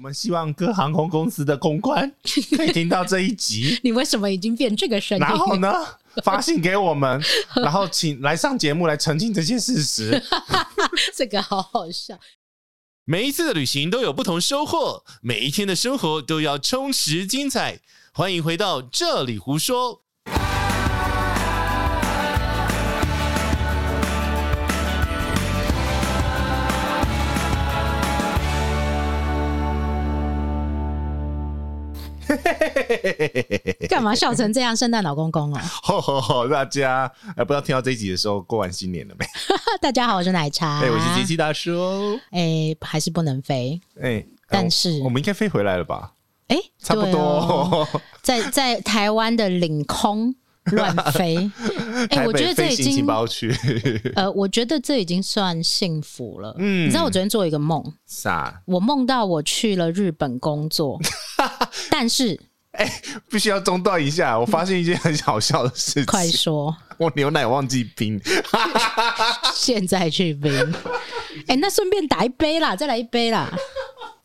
们希望各航空公司的公 关可以听到这一集，你为什么已经变这个声音？然后呢发信给我们，然后请来上节目来澄清这些事实。 这个好好 笑。每一次的旅行都有不同收获，每一天的生活都要充实精彩。欢迎回到这里胡说。干嘛笑成这样？圣诞老公公哦！ 吼吼吼！ 大家呃，不知道听到这一集的时候过完新年了没？啊大家好，我是奶茶。哎、我是杰西大叔。哎、还是不能飞。哎、哎但是我我们应该飞回来了吧？哎、差不对多。 哦、在在台湾的领空乱 飞。哎、台我觉北得这飞已行情经报区， 呃，我觉得这已经算幸福了。嗯你知道我昨天做一个梦，啥？我梦到我去了日本 工作，但是必须要中断一下。我发现一件很好笑的事快啊情，说，我牛奶忘记冰。现在去 冰。哎、那顺便打一杯啦，再来一杯啦，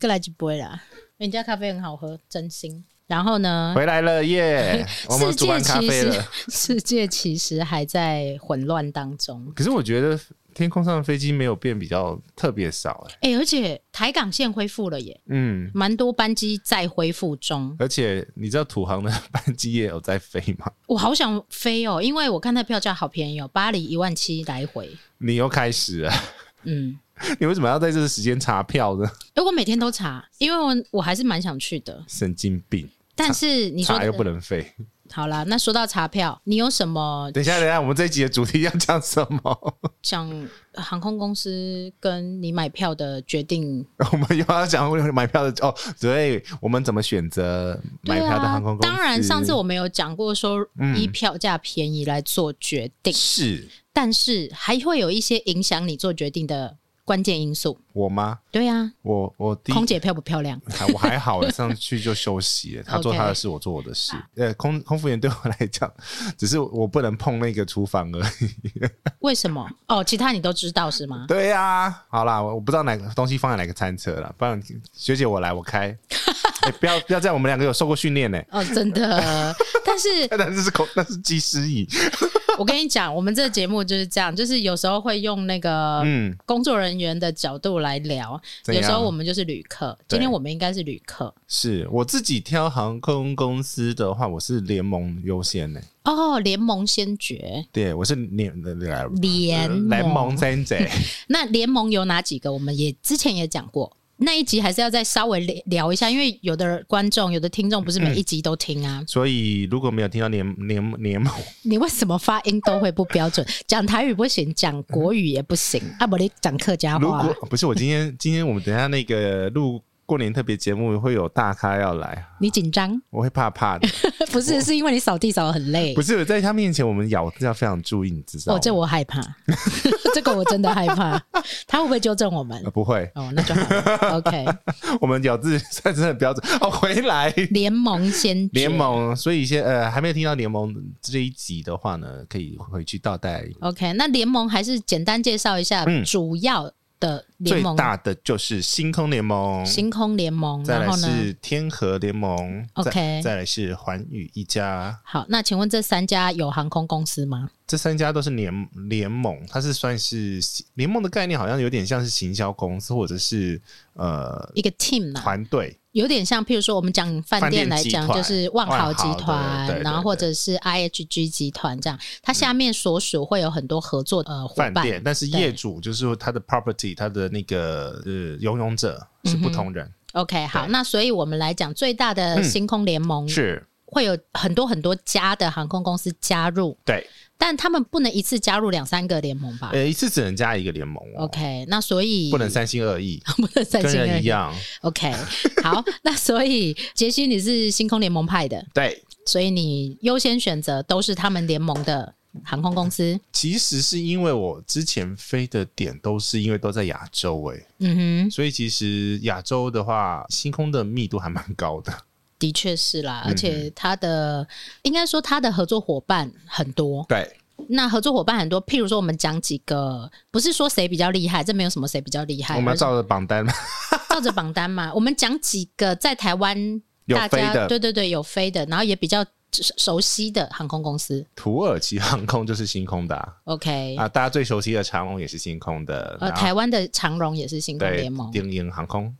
再来一杯啦。人家咖啡很好喝，真心。然后呢？回来了 耶！我世们煮界完咖其啡实了。， 世界其实还在混乱当中。可是我觉得天空上的飞机没有变比较特别少哎、哎、而且台港线恢复了耶，嗯，蛮多班机在恢复中。而且你知道土航的班机也有在飞吗？ 我好想飞哦，因为我看那票价好便宜哦，巴黎一万七来回。你又开始了， 嗯，你为什么要在这个时间查票呢？ 哎，我每天都查，因为我我还是蛮想去的。神经病，但是你说查又不的能飞。好啦，那说到查票，你有什么等一下，等一下，我们这一集的主题要讲什么？ 讲航空公司跟你买票的决定？我们又要讲买票的哦，对，我们怎么选择买对票的航空公司？嗯啊、当然，上次我们有讲过说以票价便宜来做决定，是但是还会有一些影响你做决定的关键因素。我吗？对啊，我我第一空姐漂不 漂亮？还我还好，上去就休息 了。他做他的事，我做我的事。呃，空空服员对我来讲，只是我不能碰那个厨房而已。 为什么？哦，其他你都知道是吗？对呀、好啦，我我不知道哪个东西放在哪个餐车啦，不然学姐我来，我开。欸不要不要这样，我们两个有受过训练呢。 哦，真的。但是那是口，那是技师椅。我跟你讲，我们这个节目就是这样，就是有时候会用那个嗯工作人员的角度来聊，怎有样时候我们就是旅客。今天对我们应该是旅客是我自己挑航空公司的话，我是联盟优先呢。哦，联盟先决。对，我是联联联盟呃联盟三姐。那联盟有哪几个？我们也之前也讲过。那一集还是要再稍微聊聊一下，因为有的观众、有的听众不嗯是每一集都听啊。所以如果没有听到联联联盟，你为什么发音都会不标准？讲台语不行，讲国语也不行，啊不，你讲客家如话啊果，哦不是我今天， 今天我们等一下那个录过年特别节目会有大咖要来，你紧张？ 我会怕怕的。不是，是因为你扫地扫得很累不。是在他面前，我们咬字要非常注意，你知道吗？哦，这我害怕， 这个我真的害怕。他会不会纠正我们呃？不会，哦，那就好了。OK，我们咬字 算是很标准。哦，回来联盟先决联。盟，所以一些呃还没有听到联盟这一集的话呢，可以回去倒带。 OK，那联盟还是简单介绍一下嗯主要的联最盟大的就是星空联盟，星空联盟，再然来后呢？是天河联盟 OK 再再来是环宇一家，好，那请问这三家有航空公司吗？这三家都是联联盟，它是算是联盟的概念，好像有点像是行销公司或者是呃一个 team 呢、团队，有点像，譬如说我们讲饭饭店店来集讲，团就是万豪万豪集团，对对对然后或者是 IHG 集团这样，它下面所属会有很多合作呃伙饭伴。店，但是业主就是他的 property，他的那个呃拥有者是不同人， OK，好，对那所以我们来讲最大的嗯星空联盟、是会有很多很多家的航空公司加入，对，但他们不能一次加入两三个联盟吧、呃一次只能加一个联盟哦 o k 那所以不能三心二 意，不能三跟心二人一意。样， OK，好，那所以杰西你是星空联盟派的，对。所以你优先选择都是他们联盟的航空公司。其实是因为我之前飞的点都是因为都在亚洲诶、嗯哼，所以其实亚洲的话，星空的密度还蛮高的。的嗯确是啦，而且他的、应该说他的合作伙伴很多，对，那合作伙伴很多，譬如说我们讲几个，不是说谁比较厉害，这没有什么谁比较厉害，我们要而是照着榜单嘛，照着榜 单嘛，我们讲几个在台湾有大飞家的对对对有飞的，然后也比较熟悉的航空公司。土耳其航空就是星空的啊， OK，啊大家最熟悉的长龙也是星空的，呃，然后台湾的长荣也是星空对联盟，丁营航空，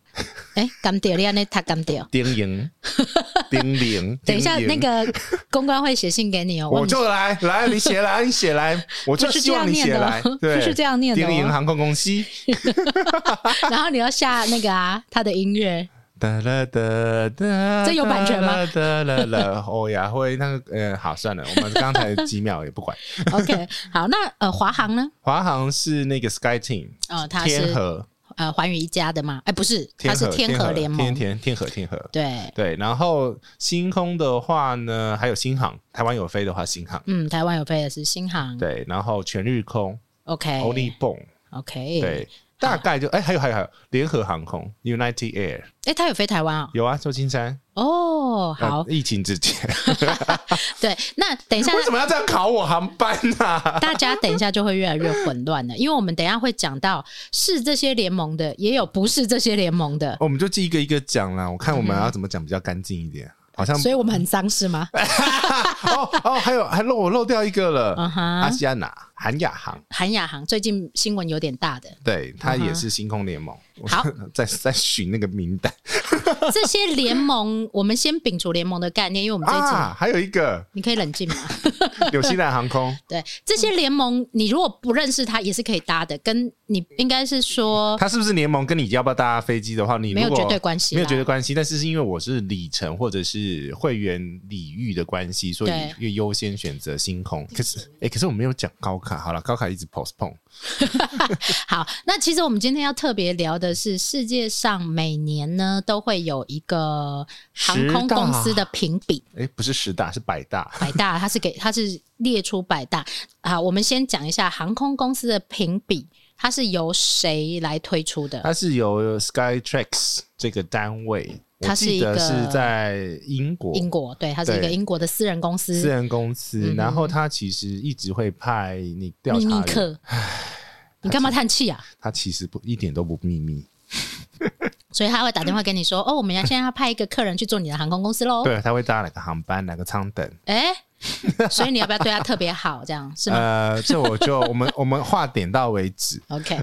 哎，干掉你安内他干掉。丁营，丁营， 等一下， 丁营那个 公关会写信给你哦。我忘记就来来，你写 来，你写来，我就不是希这望样你念写的来哦，，对， 不是这样念的丁啊营哦。航空公司， 然后你要下那个啊，他的音 乐哒啦哒哒，这有版权吗哒啦哒啦 啦，欧雅辉那个，呃，好，算了，我们刚才几秒也不管。 ，OK，好，那呃，华航呢？华航是那个 Sky Team，呃，它天是河，呃环宇一家的嘛？哎，不是，它天是河，河联盟天。天天河，天河。对，对，然后星空的话呢，还有星航，台湾有飞的话，星航。嗯，台湾有飞的是新航。对，然后全日空、欧力，OK，OK，蹦，对，大概就哎，还有还有还有联合航空 United Air，哎，他有飞台湾哦。有啊，旧金山。哦，好呃，疫情之前，对，那等一下 为什么要这样考我航班呢、 啊？ 大家等一下就会越来越混乱了，因为我们等一下会讲到是这些联盟的，也有不是这些联盟的，我们就记一个一个讲啦，我看我们要怎么讲比较干净一点，好像嗯所以我们很脏是吗？哦哦，还有还漏我漏掉一个了，嗯哼阿西亚娜韩亚航，韩亚航最近新闻有点大的，对，它嗯哼也是星空联盟。我 好在在寻那个名单这些联盟，我们先摒除联盟的概念，因为我们这一集、啊，还有一个你可以冷 静嘛。纽西兰航空，对，这些联盟你如果不认识它，也是可以搭的，跟你应该是说它是不是联盟？跟你要不要搭飞机的话，你没有如果绝对关系啦没有绝对关系。但是是因为我是里程或者是会员礼遇的关系，所以对越优先选择星空。可是，哎、可是我没有讲高卡，好了，高卡一直 postpone。好。那其实我们今天要特别聊的是，世界上每年呢都会有一个航空十大公司的评比。哎、不是十大，是百大。百大，它是给它是列出百大啊。我们先讲一下航空公司的评比，它是由谁来推出的？它是由 Skytrax 这个单位，我它是记一个得是在英国英国，对，它是一个对英国的私人公私司，人公司。嗯哼然后它其实一直会派你调秘密查员， 课。你干嘛叹气啊？它其实不一点都不秘密。所以他会打电话跟你说：“哦，我们要现在要派一个客人去做你的航空公司喽。对，它会搭哪个航班，哪个舱等。”哎， 所以你要不要对他特别好？这样是吗 呃，这我就我们我们话点到为 止。 啊？OK，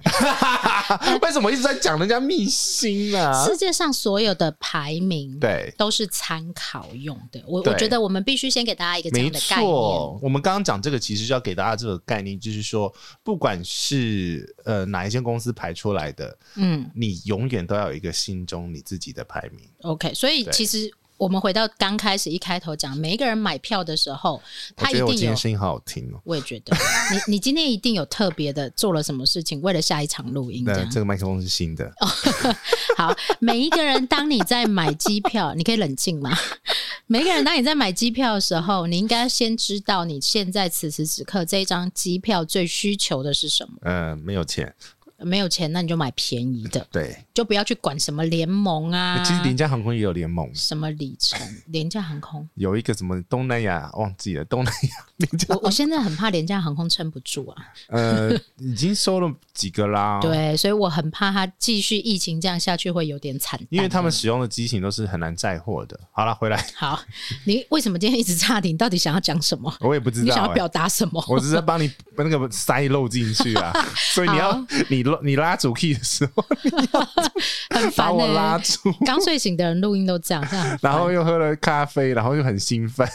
为什么一直在讲人家秘辛呢、世界上所有的排名啊对，都是参考用的。我我对觉得我们必须先给大家一个这没样的概念。错。我们刚刚讲这个，其实就要给大家这个概念，就是说，不管是呃哪一间公司排出来的，嗯，你永远都要有一个心中你自己的排名。 OK，所以对其实我们回到刚开始一开头讲，每一个人买票的时候，我他觉一得我定今有天。声音好好听哦。我也觉得，你 你今天一定有特别的做了什么事情，为了下一场录音这那样。这个麦克风是新的，哦好，每一个人，当你在买机票，你可以冷静吗？ 每一个人，当你在买机票的时候，你应该先知道你现在此时此刻这一张机票最需求的是什么。呃，没有钱。没有钱，那你就买便宜的，对，就不要去管什么联盟啊，其实廉价航空也有联盟，什么里程、廉价航空。有一个什么东南亚忘记了，东南亚廉价我我现在很怕廉价航空撑不住啊。呃，已经收了几个啦。。对，所以我很怕它继续疫情这样下去会有点惨淡。因为他们使用的机型都是很难载货的。好了，回 来，好，你为什么今天一直岔题？你到底想要讲什么？我也不知你道、想要欸表达什么？我只是帮你把那个塞漏进去 啊，所以你要好你拉你拉主 key 的时候，把很烦欸我拉呢、住，刚睡醒的人录音都这样，这样很 然烦后又喝了咖啡，然后又很兴 奋。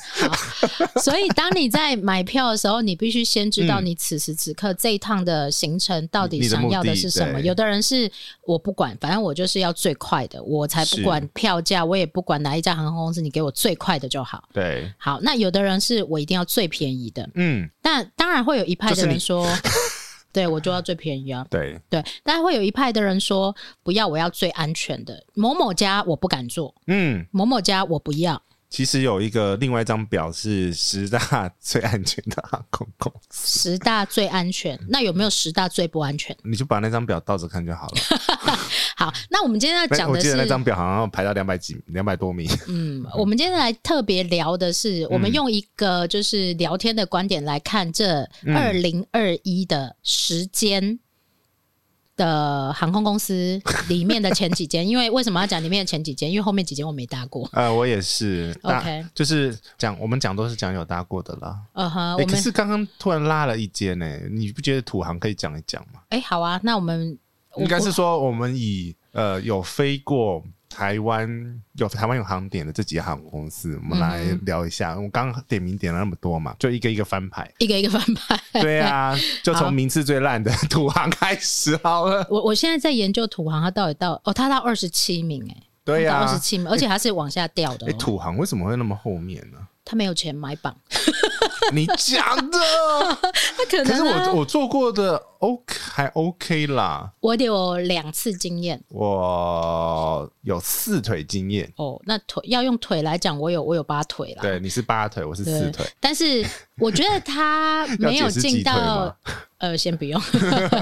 所以当你在买票的时候，你必须先知道你此时此刻这一趟的行程到底嗯你的想目要的的是什么。对有的人是我不管，反正我就是要最快的，我才不是管票价，我也不管哪一家航空公司，你给我最快的就好。对，好，那有的人是我一定要最便宜的，嗯，那当然会有一派就的是你人说，对我就要最便宜啊。对，对，但会有一派的人说，不要，我要最安全的。某某家我不敢做，嗯，某某家我不要。其实有一个另外一张表是十大最安全的航空 公司，十大最安全，那有没有十大最不安全？你就把那张表倒着看就好了。好，那我们今天要那 讲我的记是得那，张表好像排到两百几、两百多米。嗯，我们今天来特别聊的是，我嗯们用一个就是聊天的观点来看这嗯二零二一的时间。的航空公司里面的前 几间，因为为什么要讲里面的前几间？因为后面几间我没搭过。呃，我也是大 OK 就是讲我们讲都是讲有搭过的啦。呃呵，欸我可们是刚刚突然拉了一间呢、你不觉得土航可以讲一讲吗？哎、好啊，那我们我。应该是说我们以呃有飞过台湾有台湾有航点的这几家航空公司，我们来聊一下。我刚刚点名点了那么多嘛，就一个一个翻牌 一个一个翻牌。对 啊，就好从名次最烂的 土航开始好了。我我现在在研究土航，它到底到哦，它到二十七名哎、对到呀、二十七名，而且它是往下掉的、哎、哦，土航为什么会那么后面呢？ 它没有钱买榜，你 讲的，它 可可是能啊、我我做过的 OK 还 OK 啦，我有两次经验我有四腿经验。哦，那腿要用腿来讲，我有我有八腿啦，对，你是八腿，我是对四腿。但是我觉得 他没有进要解释几腿到吗，呃，先不用。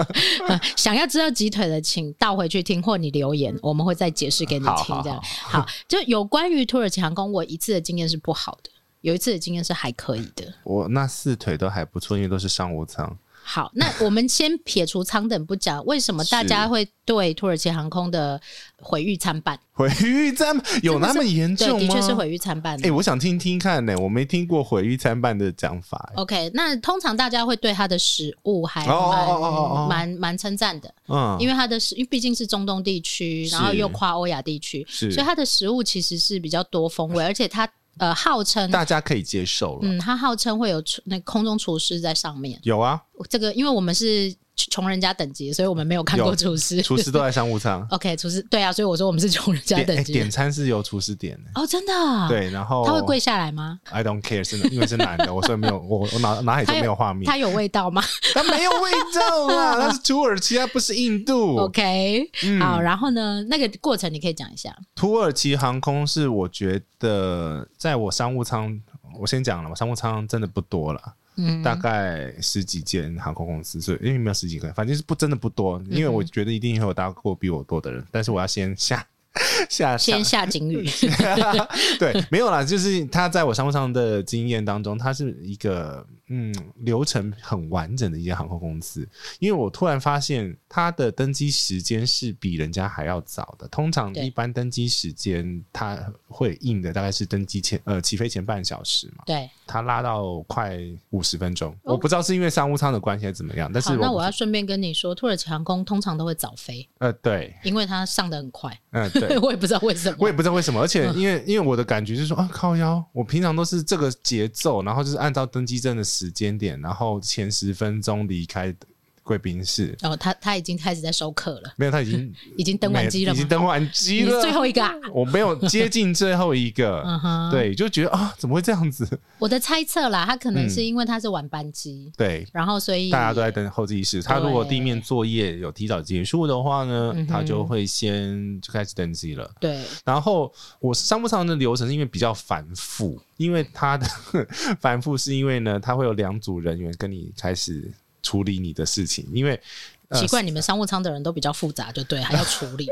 想要知道几腿的，请倒回去听，或你留言，我们会再解释给你好听好。这样好，就有关于土耳其航空，我一次的经验是不好的，有一次的经验是还可以的。我那四腿都还不错，因为都是商务舱。好， 那我们先撇除舱等不讲，为什么大家是会对土耳其航空的毁誉参半？毁誉 参有那么严对，重的吗？确是毁誉参半啊哎、的。我想听听看呢、我没听过毁誉参半的讲法、欸 OK，那通常大家会对它的食物还哦哦哦哦哦哦蛮蛮蛮称赞的，嗯，因为为它的食，因为毕竟是中东地区，是然后又跨欧亚地区，是所以它的食物其实是比较多风味，而且它呃号称，大家可以接受了。嗯，它号称会有厨那空中厨师在上面。有啊，这个因为我们是穷人家等级，所以我们没有看过有厨师。。厨师都在商务舱 OK，厨 师对啊，所以我说我们是穷人家点、啊等欸、级。点餐是由厨师点的、哦，真的啊，对，哦然后他会跪下来吗？ I don't care，是因为是男的，我所以没有我我脑脑海中没有画面，他有味 道吗他没有味道 啦，他是土耳其，他不是印度。 ？OK，嗯好，然后呢，那个过程你可以讲一下。土耳其航空是我觉得在我商务舱，我先讲了，我商务舱真的不多了。嗯，大概十几间航空公司，所以因为没有十几个，反正是不真的不多。因嗯为我觉得一定会有搭过比我多的人，但是我要先下 下先下 警语。对，没有啦，就是他在我商务舱的经验当中，它是一个嗯流程很完整的一间航空公司。因为我突然发现它的登机时间是比人家还要早的。通常对一般登机时间它会印的大概是登机前呃起飞前半小时嘛，对，它拉到快五十分钟。我不知道是因为商务舱的关系还是怎么样，但是哦好，那我我要顺便跟你说，土耳其航空通常都会早飞，呃对因为它上的很快。。嗯、呃、对 我也不知道为什么。我也不知道为什么，而嗯且因为因为我的感觉就是说啊靠腰，我平常都是这个节奏，然后就是按照登机证的时间点，然后前十分钟离开贵宾室。然后他他哦已经开始在收客了，没有，他已 经已经登完机了已吗经？登完机你了。是最后一个啊。我没有接近最后一个， 嗯哼，对，就觉得啊怎么会这样子？我的猜测啦，他可能嗯是因为他是晚班机，对，然后所以大家都在等候机室。他如果地面作业有提早结束的话呢嗯哼，他就会先就开始登机了。对然后我商务舱的流程是因为比较繁复，因为它的 繁复是因为呢，它会有两组人员跟你开始处理你的事情，因为。呃奇怪，你们商务舱的人都比较复杂，就对，还要处 理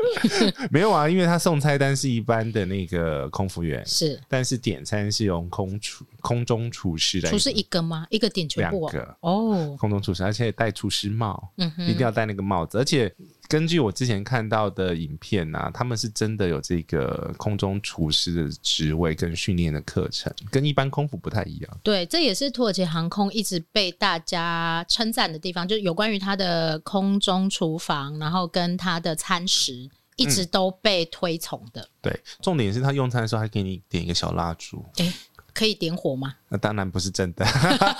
没有啊，因为他送菜单是一般的那个空服员，是。但是点餐是用空厨空中厨师来，厨师一个吗？一个点全部两个哦。哦，空中厨师，而且戴厨师帽，嗯一定哼，要戴那个帽子。而且根据我之前看到的影片啊，他们是真的有这个空中厨师的职位跟训练的课程，跟一般空服不太一样。对，这也是土耳其航空一直被大家称赞的地方，就是有关于它的空中厨房，然后跟它的餐食，一直嗯都被推崇的。对，重点是他用餐的时候还给你点一个小蜡烛，诶可以点火吗？那当然不是真的，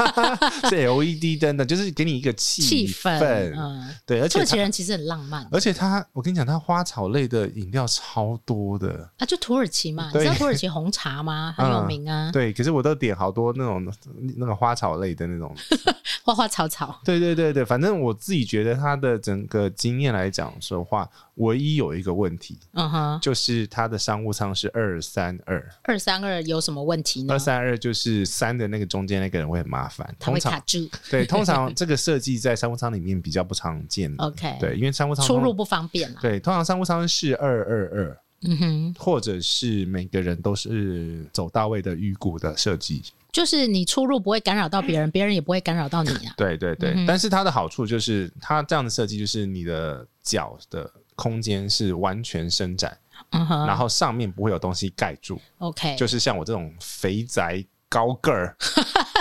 是 LED 灯的，就是给你一个气气氛。氛，嗯，对，而土且耳其它人其实很浪漫而且它，我跟你讲，它花草类的饮料超多的。啊，就土耳其嘛，你对知道土耳其红茶吗？很有嗯名啊，对，可是我都点好多那种那个花草类的那种。 花花草草，对对对对，反正我自己觉得它的整个经验来讲说话，唯一有一个问题嗯哼，就是它的商务舱是二三二，二三二有什么问题呢二？三二就是三的那个中间那个人会很麻烦。它通会卡常住对，通常这个设计在商务舱里面比较不常见。哦，OK，，嗯对，因为商务舱出通入不方便啦，对，通常商务舱是二二二，嗯哼，或者是每个人都是走到位的预估的设计。就是你出入不会干扰到别人，别人也不会干扰到你啊，对对对，嗯哼但是它的好处就是，它这样的设计就是你的脚的空间是完全伸展，嗯哎然哼后上面不会有东西盖住， ，OK，就是像我这种肥宅高个儿，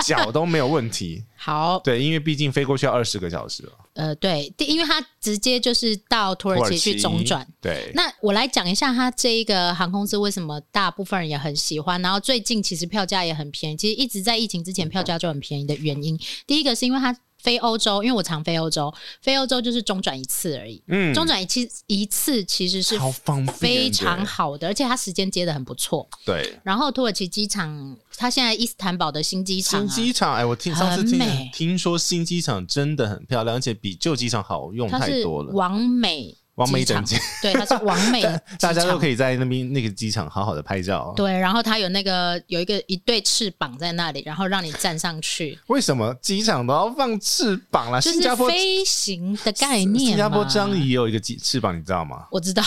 脚都没有问题。好，对，因为毕竟飞过去要二十个小时 了，呃，对，第因为它直接就是到土耳其去中转。。对，那我来讲一下它这一个航空公司为什么大部分人也很喜欢，然后最近其实票价也很便宜，其实一直在疫情之嗯前票价就很便宜的原因，第一个是因为它飞欧洲，因为我常飞欧洲，飞欧洲就是中转一次而已，嗯中转一次一次其实是超方便的，非常好的，而且它时间接的很不错。对。然后土耳其机场，它现在伊斯坦堡的新机场、新啊，机场，哎，我听很上次听美听说新机场真的很漂亮，而且比旧机场好用它太是多了。王美完美机场整洁， 对，它是王美机大家都场可以在那边那个机场好好的拍照。对，然后它有那个有一个一对翅膀在那里，然后让你站上去，为什么机场都要放翅膀啦？就啊新加是坡飞行的概念嘛。新加坡樟宜也有一个鸡翅膀，你知道吗？我知道，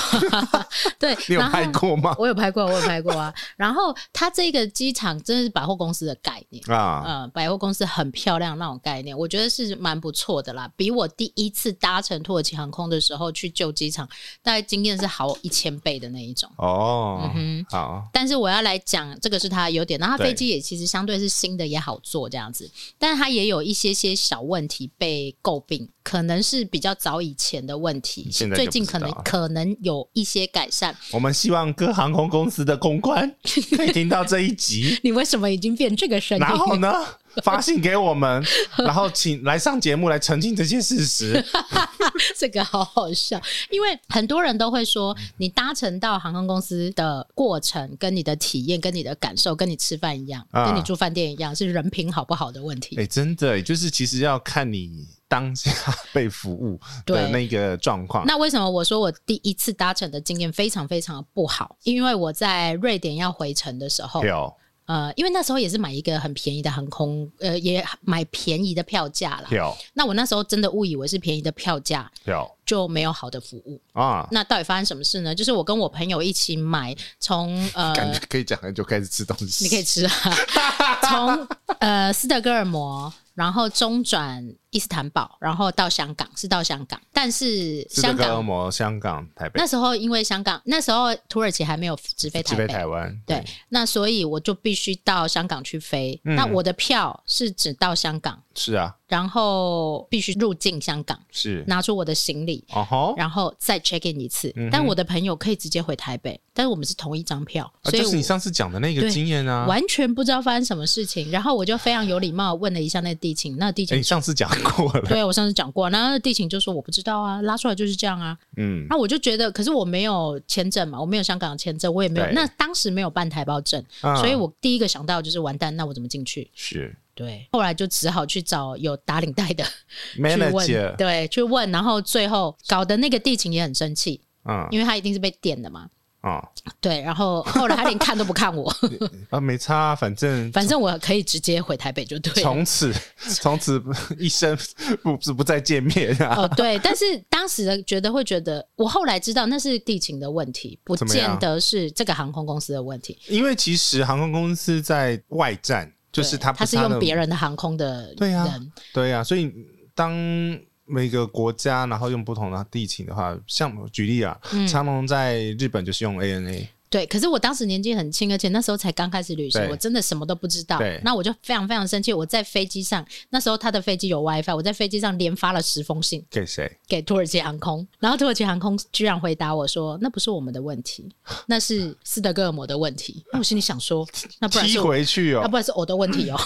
对，你有然后拍过吗？我有拍过，我有拍过啊。然后它这个机场真的是百货公司的概念，啊，嗯，百货公司很漂亮那种概念，我觉得是蛮不错的啦。比我第一次搭乘土耳其航空的时候去旧机场，大概经验是好一千倍的那一种。哦，嗯好，但是我要来讲，这个是它的优点。然后它对飞机也其实相对是新的，也好做这样子，但是它也有一些些小问题被诟病，可能是比较早以前的问题，现在就最近不知可道能可能有一些改善。我们希望各航空公司的公关可以听到这一集，你为什么已经变这个声音？然后呢， 发信给我们，然后请来上节目来澄清这些事 实。 这个好好笑，因为很多人都会说，你搭乘到航空公司的过程、跟你的体验、跟你的感受，跟你吃饭一样，啊跟你住饭店一样，是人品好不好的问题。哎，真的，就是其实要看你当下被服务的对那个状况。那为什么我说我第一次搭乘的经验非常非常的不好？因为我在瑞典要回程的时候，有呃，因为那时候也是买一个很便宜的航空，呃，也买便宜的票价啦。有那我那时候真的误以为是便宜的票价，有就没有好的服务。啊，那到底发生什么事呢？就是我跟我朋友一起买，从呃，感觉可以讲很久，开始吃东西。你可以吃 啊，从呃斯德哥尔摩，然后中转伊斯坦堡，然后到香港，是到香港，但是斯德香哥港尔摩、香港、台北那，时候因为香港，那时候土耳其还没有直飞直台飞北，台湾。对，那所以我就必须到香港去飞。嗯那我的票是只到香港，是啊，然后必须入境香港，是。拿出我的行李，哦吼，然后再 check in 一次。嗯哼但我的朋友可以直接回台北，但是我们是同一张票，啊所以就是你我。上次讲的那个对经验啊。完全不知道发生什么事情，然后我就非常有礼貌地问了一下那地勤，那地哎，勤你上次讲过了。对我上次讲过，然后地勤就说我不知道啊，拉出来就是这样啊，嗯，那我就觉得，可是我没有签证嘛，我没有香港签证，我也没有，对那当时没有办台胞证，啊所以我第一个想到就是完蛋，那我怎么进去？是对，后来就只好去找有打领带的去问， manager。对，去问，然后最后搞得那个地勤也很生气，嗯因为他一定是被点的嘛，啊对，然后后来他连看都不看我， 啊，没差啊，反正反正我可以直接回台北就对了。从 此从此一生不不不再见面啊。 哦，对，但是当时的觉得会觉得，我后来知道那是地勤的问题，不怎么样见得是这个航空公司的问题。因为其实航空公司在外站，就是对它不他是它的用别人的航空的对啊人，对呀、所以当每个国嗯家然后用不同的地勤的话，像举例啊，长龙在日本就是用 ANA，对，可是我当时年纪很轻，而且那时候才刚开始旅行，对我真的什么都不知道对。那我就非常非常生气，我在飞机上，那时候他的飞机有 WiFi，我在飞机上连发了十封信给谁？给土耳其航空，然后土耳其航空居然回答我说：“那不是我们的问题，那是斯德哥尔摩的问题。”那我心里想说，那不 然踢是我，回去那哦！不然是我的问题哦。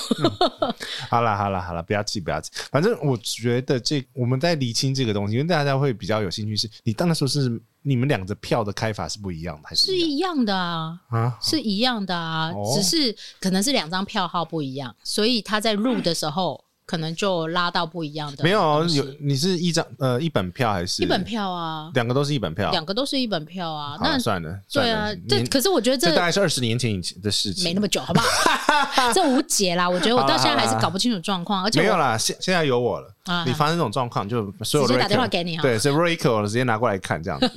好啦好啦好啦，不要气不要气。反正我觉得这我们在厘清这个东西，因为大家会比较有兴趣是，你当然说是你们两个票的开法是不一样的，还是是一样一样的啊，啊？是一样的啊，哦只是可能是两张票号不一样，所以他在入的时候可能就拉到不一样的。嗯没有啊东西有你是一张呃一本票还是一本？票啊，两个都是一本票，两个都是一本票啊。好那了算了，对算啊了，这年可是我觉得这大这概是二十年前以前的事情，没那么久，好不 好？这无解啦，我觉得我好啦到现在还好是啦搞不清楚状况，而且没有我啦，现现在有我了。啊你发生这种状况，就所有直接打 Rico- 电话给你啊对，所以 Rico 直接拿过来看这样 子。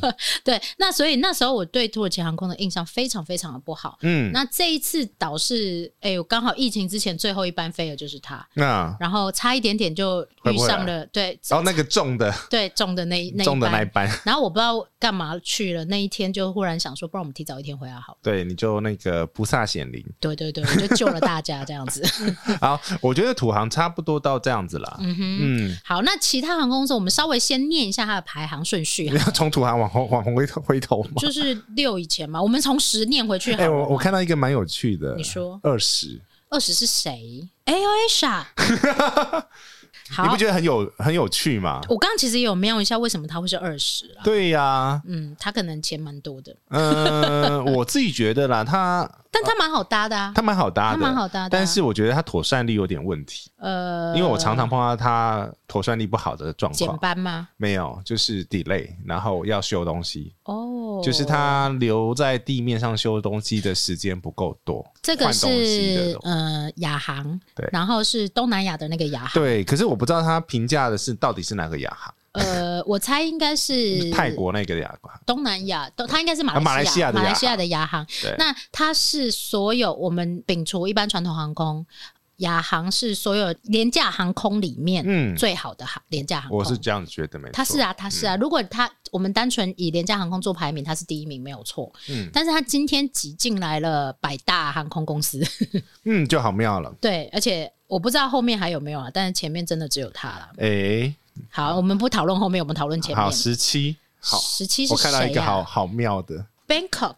对，那所以那时候我对土耳其航空的印象非常非常的不好。嗯，那这一次倒是，哎、我刚好疫情之前最后一班飞的就是他，那然后差一点点就回遇不回上来了，对，然后那个重的对中的那一那重一的那一班，班，然后我不知道干嘛去了，那一天就忽然想说，不然我们提早一天回来好了。对，你就那个菩萨显 灵。对对对，我就救了大家这样子。 好，我觉得土航差不多到这样子啦。嗯哼， 嗯，好，那其他航空公司我们稍微先念一下它的排行顺序 你哈，要从土航往后往回头回头吗？就是六以前嘛，我们从十念回去好哎、了嘛。我我看到一个蛮有趣的，你说二十，二十是谁？AOSA。好，你不觉得很有很有趣吗？我刚刚其实也有瞄一下，为什么它会是二十啊？对呀、嗯，它可能钱蛮多的， 嗯、我自己觉得啦，它但它蛮好搭的啊。它蛮好搭的，它蛮好搭的啊但是我觉得它妥善率有点问题，呃，因为我常常碰到它妥善率不好的状减况，班吗？没有，就是 delay，然后要修东西，哦，就是它留在地面上修东西的时间不够多，这个换东西的是东西呃亚航，对然后是东南亚的那个亚航，对，可是我不知道它评价的是到底是哪个亚航，呃，我猜应该是泰、国那个亚航，东南亚，都它应该是啊马马来来西西亚亚的马来亚西亚的亚航，对，那它是所有我们摒除一般传统航空，亚航是所有廉价航空里面嗯，最好的航廉价航空。我是这样觉得，没错，嗯它是，啊，它是啊。如果它我们单纯以廉价航空做排名，它是第一名没有错。嗯但是它今天挤进来了百大航空公司，嗯，就好妙了，对，而且我不知道后面还有没有啊，但是前面真的只有它了。哎、好，我们不讨论后面，我们讨论前面好。十七，好，十七是我看到一谁啊个好呀好妙的。 ？Bangkok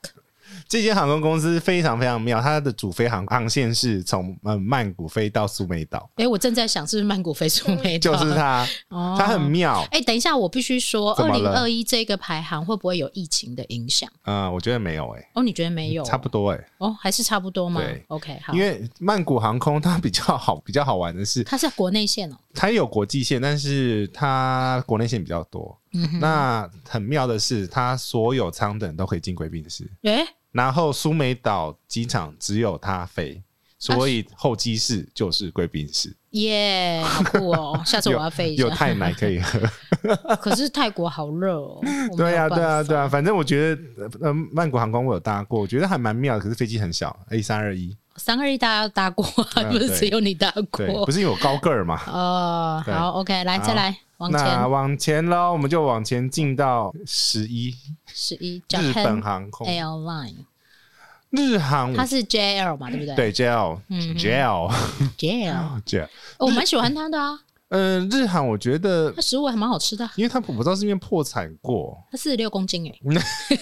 这间航空公司非常非常妙，它的主飞航航线是从呃曼谷飞到苏梅岛，哎、我正在想是不是曼谷飞苏 梅岛，就是它， 哦它很妙。哎、等一下，我必须说，怎二么零了二一这个排行会不会有疫情的影响？嗯，我觉得没有哎，哦，你觉得没有？差不多哎，哦，还是差不多吗对？OK，好，因为曼谷航空它比较好，比较好玩的是，它是国内线哦。它有国际线，但是它国内线比较多。嗯哼，那很妙的是，它所有舱等都可以进贵宾室，哎、然后苏梅岛机场只有它飞，所以啊候机室就是贵宾 室，耶、好酷 哦！下次我要飞一下。有泰奶可以喝。 可是泰国好热哦。我没有对啊，办法对啊，对啊，反正我觉得，呃呃，曼谷航空我有搭过，我觉得还蛮妙的，可是飞机很小，A 三二一，三二一大家都搭过啊，嗯不是对只有你搭对，不过。是有高个儿嘛？哦，对好，OK，来好再来 往那前往前喽，我们就往前进到十一，十一日本 Japan 航空， Airline，日航，它是 JL 嘛，对不对？对 JL 嗯 JL ，JL， JL，哦我蛮喜欢它的啊，嗯，日航我觉得它，食物还蛮好吃的啊，因为它我不知道是因为破产过，它四十六公斤欸诶。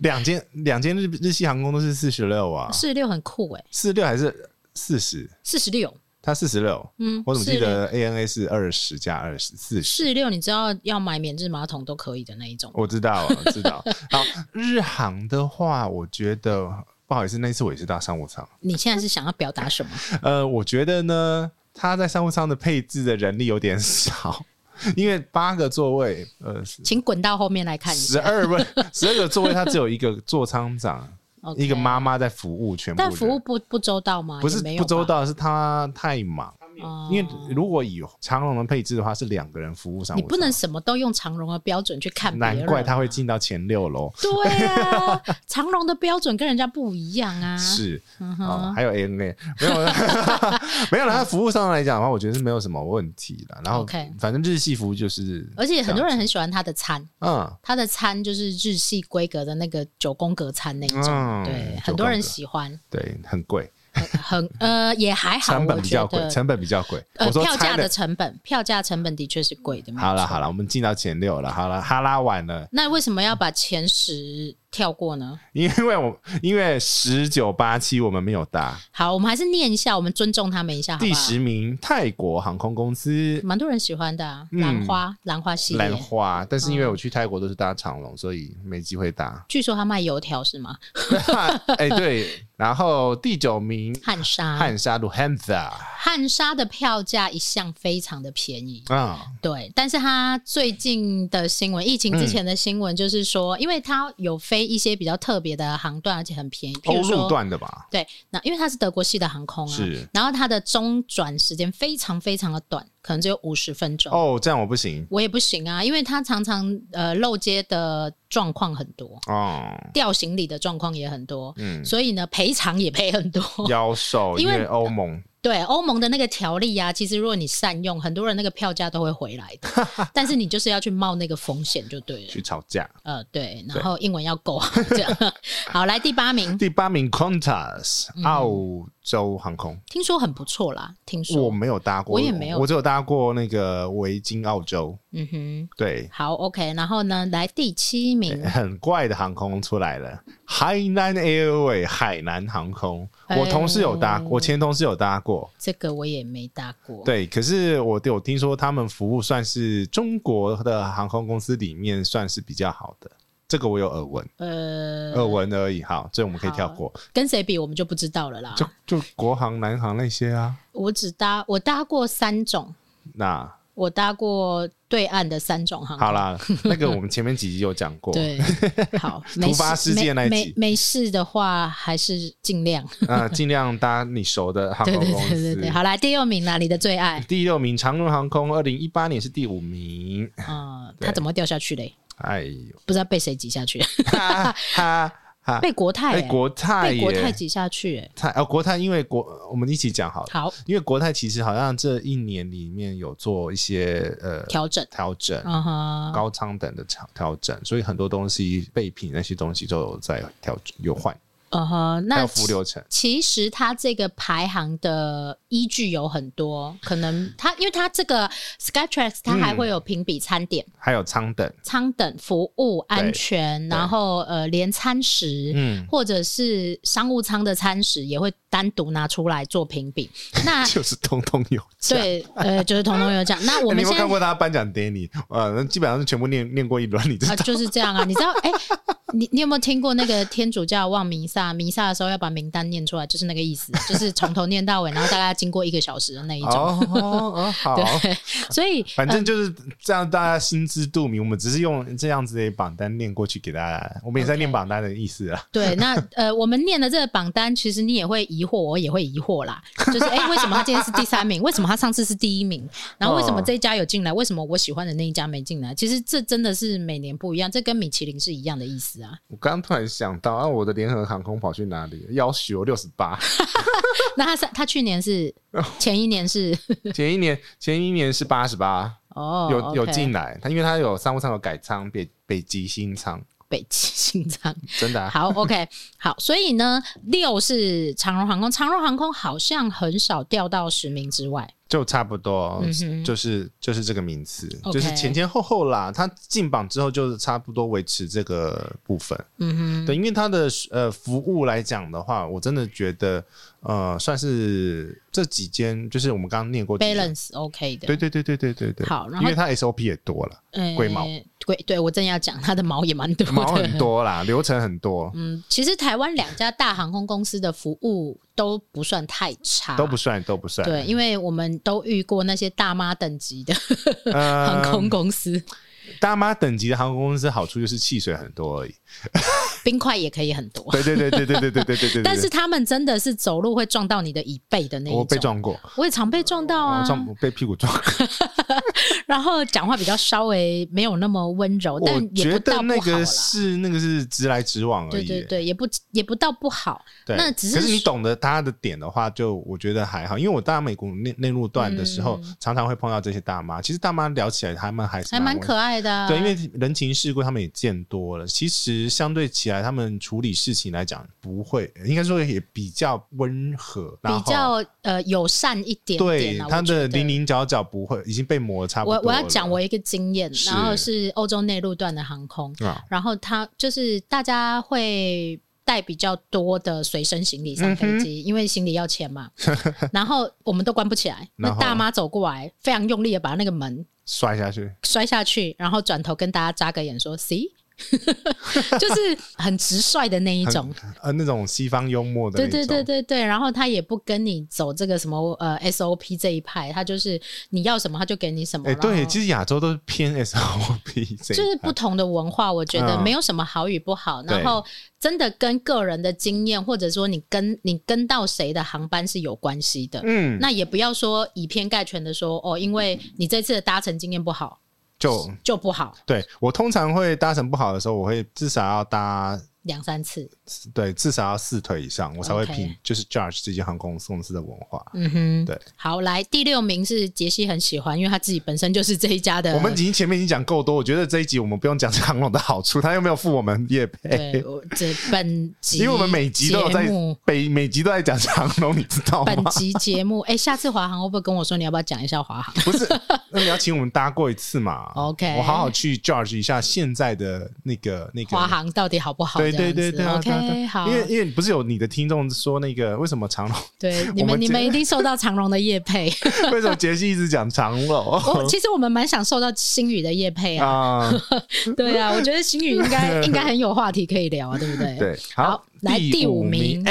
两间两间日日系航空都是四十六啊，四十六很酷哎、四十六还是四十？四十六，它四十六，嗯，我怎么记得 ANA 是二十加二十四十？四十六？你知道要买免治马桶都可以的那一种，我知道，我知道。好，日航的话，我觉得不好意思，那一次我也是搭商务舱。你现在是想要表达什么？呃，我觉得呢，它在商务舱的配置的人力有点 少，因为八个座位，呃，请滚到后面来看一十下。二位，十二个座位，它只有一个座舱长， OK 一个妈，妈在服务全部但人。服务不不周到吗？不是也没有不吧周，到，是他太忙。哦因为如果以长荣的配置的话，是两个人服务商务舱，你不能什么都用长荣的标准去看别人，难怪他会。进到前六楼。对啊，长荣的标准跟人家不一样 啊。，是嗯啊、哼，还有 ANA 没有 啦没有啦，它服务上来讲的话，我觉得是没有什么问题啦。然后 OK 反正日系服务就是，而且很多人很喜欢他的餐，嗯他的餐就是日系规格的那个九宫格餐那一种，嗯，对，九很多人宫格喜欢，对很贵，很 呃也还好，成本我比觉较得贵，成本比较贵。呃我说票餐价的成本，票价成本的确是贵的。没好了错好了，我们进到前六了，好了，哈拉完了，那为什么要把前十跳过呢？因为我因为十九八七我们没有搭，好，我们还是念一下，我们尊重他们一下，好不好第十名泰国航空公司蛮多人喜欢的、啊，嗯兰花，兰花系兰列。。花，但是因为我去泰国都是搭长龙，所以没机会搭 据说他卖油条是吗？哎，对，然后第九名汉莎，汉莎鲁汉萨汉莎的票价一向非常的便宜，啊，对。但是它最近的新闻，疫情之前的新闻就是说，因为它有飞一些比较特别的航段，而且很便宜，譬欧如陆说哦段的吧？对，那因为它是德国系的航空啊，是然后它的中转时间非常非常的短，可能只有五十分钟。哦，这样我不行我也不行啊，因为它常常呃漏接的状况很多，哦，掉行李的状况也很多，嗯，所以呢赔偿也赔很多。妖兽，因因为为欧盟对欧盟的那个条例啊，其实如果你善用，很多人那个票价都会回来 的，但是你就是要去冒那个风险就对了去。吵架。呃，对，然后英文要 够好，这样好。来第八名，第八名 Qantas 嗯澳洲航空，听说很不错啦，听我说，没有搭过，我也没有我只有搭过那个维京澳洲，嗯哼，对，好，OK。然后呢，来第七名，很怪的航空出来了，海南 Airway 海南航空，哎我同事有搭，我前同事有搭过，这个我也没搭过。对，可是我有听说他们服务算是中国的航空公司里面算是比较好的，这个我有耳闻，呃，耳闻而已，好，这我们可以跳过，跟谁比我们就不知道了啦。就就国航、南航那些啊，我只搭我搭过三种，那我搭过对岸的三种航空。好，啦， 那个我们前面几集有讲过，嗯对， 好，没突发事事件那一没集没没事的话，还是尽量。啊，尽量搭你熟的航对空对公司。对对对，好来第六名啦，你的 最爱。第六名长荣航空，二零一八年是第五名。嗯，对它怎么会掉下去嘞？哎 呦，不知道被谁挤下去，哈哈哈！被国泰、哎欸，国泰被耶，国泰挤下去、欸。泰哦，国泰，因为国我们一起讲好了，好，因为国泰其实好像这一年里面有做一些呃调整。调整。嗯哼，高仓等的调调整，所以很多东西备品那些东西都有在调整有换，嗯哼，还那有服务流程。其实它这个排行的依据有很多，可能它因为它这个 Skytrax 嗯它还会有评比餐点、还有舱等，舱等服务、安全，然后呃连餐食。嗯，或者是商务舱的餐食也会单独拿出来做评比，那就是通通有价。对呃就是统统有讲。那我 欸你们有没有现在看过他颁奖典礼？呃，那基本上是全部念念过一轮，你 哦知啊，就是这样啊。你知道， 哎、你你有没有听过那个天主教望弥撒？弥撒的时候要把名单念出来，就是那个意 思，就是从头念到尾，然后大概要经过一个小时的那一种。哦哦哦，好， 对， 所以反正就是这样，大家心知肚明。我们只是用这样子的榜单念过去给大家，我们也在 OK 念榜单的意思 啊。对，那呃，我们念的这个榜单，其实你也会疑惑，我也会疑惑啦。就是哎、诶为什么他今天是第 三名？为什么他上次是第一名？然后为什么这一家有进来？为什么我喜欢的那一家没进来？其实这真的是每年不一样，这跟米其林是一样的意思啊。我刚突然想到，啊，我的联合航空跑去哪里？要求六十八。那他是他去年 是前一年是前一年，前一年是八十八，哦，有有 OK 进来。他因为他有商务舱有改仓，北北极新舱，北极星舱。真的啊。 好，OK，好，所以呢，六是长荣航空，长荣航空好像很少掉到十名之外。 就差不多，嗯哼就是就是这个名次就 OK 是前前后后啦。它进榜之后，就是差不多维持这个部分。嗯哼，对，因为它的呃服务来讲的话，我真的觉得呃算是这几间，就是我们刚刚念过几间。 ，balance OK 的。对对对对对对对。好然后因为它 SOP 也多 了，呃龟毛，龟对我正要讲，它的毛也蛮多毛的。很多啦，流程很多，嗯，其实台湾两家大航空公司的服务都不算太差，都不算都不算。对，因为我们都遇过那些大妈等级的呃航空公司，大妈等级的航空公司好处就是汽水很多而已。冰块也可以很多。 对对对对对对对对对对。但是他们真的是走路会撞到你的椅背的那一种，我被，撞过，也常被撞到啊我。撞我被屁股撞。然后讲话比较稍微没有那么温柔，我但也觉不得到那不好个啦。是那个是直来直往而对已。对对，也不也不到不好，对那只可是是你说懂得他的点的话，就我觉得还好，因为我到美国内内陆段的时候，嗯常常会碰到这些大妈。其实大妈聊起来，他们还是还蛮温可爱的啊、对，因为人情世故他们也见多了，其实相对起来，他们处理事情来讲不会，应该说也比较温和，然比后较呃友善一点对点啊。他我觉的得零零角角不会已经被磨得差不多了。我我要讲我一个经验，是然后是欧洲内陆段的航空，啊，然后他就是大家会带比较多的随身行李上飞嗯机，因为行李要钱嘛。 然后我们都关不起来，那然后大妈走过来，非常用力的把那个门摔下去，摔下去，然后转头跟大家眨个眼说 “see”，就是很直率的那一种。呃，那种西方幽默的那对种，对对对对，然后他也不跟你走这个什么呃 SOP 这一派，他就是你要什么他就给你什么。哎、对，然后其实亚洲都是偏 SOP 这一就是不派同的文化，我觉得嗯没有什么好与不好。对然后真的跟个人的经验，或者说你跟你跟到谁的航班是有关系的。嗯，那也不要说以偏概全的说哦，因为你这次的搭乘经验不好就就不好对我通常会搭乘不好的时候，我会至少要搭两三次。对至少要四腿以上，我才会 OK 评就是 judge 这些航空公司的文化。嗯哼，对。好，来第六名是杰西很喜欢，因为他自己本身就是这一家的。我们已经前面已经讲够多，我觉得这一集我们不用讲长龙的好处，他又没有付我们业配，对，我这本集 因为我们每集都有在 节目每每集都在讲长龙，你知道本吗？集节目，哎、下次华航会不会跟我说你要不要讲一下华航？不是， 那你要请我们搭过一次嘛 OK 我好好去 judge 一下现在的那个那个华。航到底好不好？对对对对这啊样子对啊对，OK，啊好，因为因为不是有你的听众说那个为什么长龙， 对我你们们你今们一定受到长荣的 业配。为什么杰西一直讲长龙我 其实我们蛮想受到星宇的业配啊，哦啊？对啊，我觉得星宇应该应该很有话题可以聊啊，对不 对？，对，好来第五五名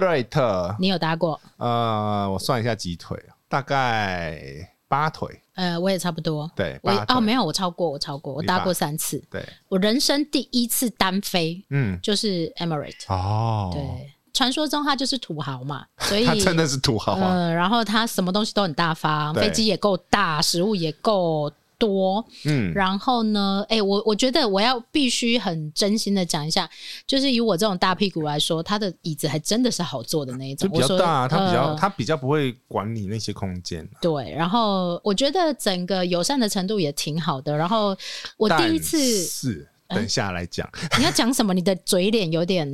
Emirate，你有搭过？呃，我算一下几腿，大概八腿，呃，我也差不多。对，我也八腿哦，没有，我超过，我超过，我你搭吧过三次。对，我人生第一次单飞嗯，就是 Emirate，、哦，对，传说中他就是土豪 嘛，所以他真的是土豪啊，嗯，然后它什么东西都很大方，对飞机也够大，食物也够多。嗯，然后呢，哎、我我觉得我要必须很真心的讲一下，就是以我这种大屁股来说，它的椅子还真的是好坐的那一就比种。较我说大啊，他比较呃他比较不会管理那些空间啊，对，然后我觉得整个友善的程度也挺好的。然后我但第一次，是等下来讲， 你要讲什么？你的嘴脸有点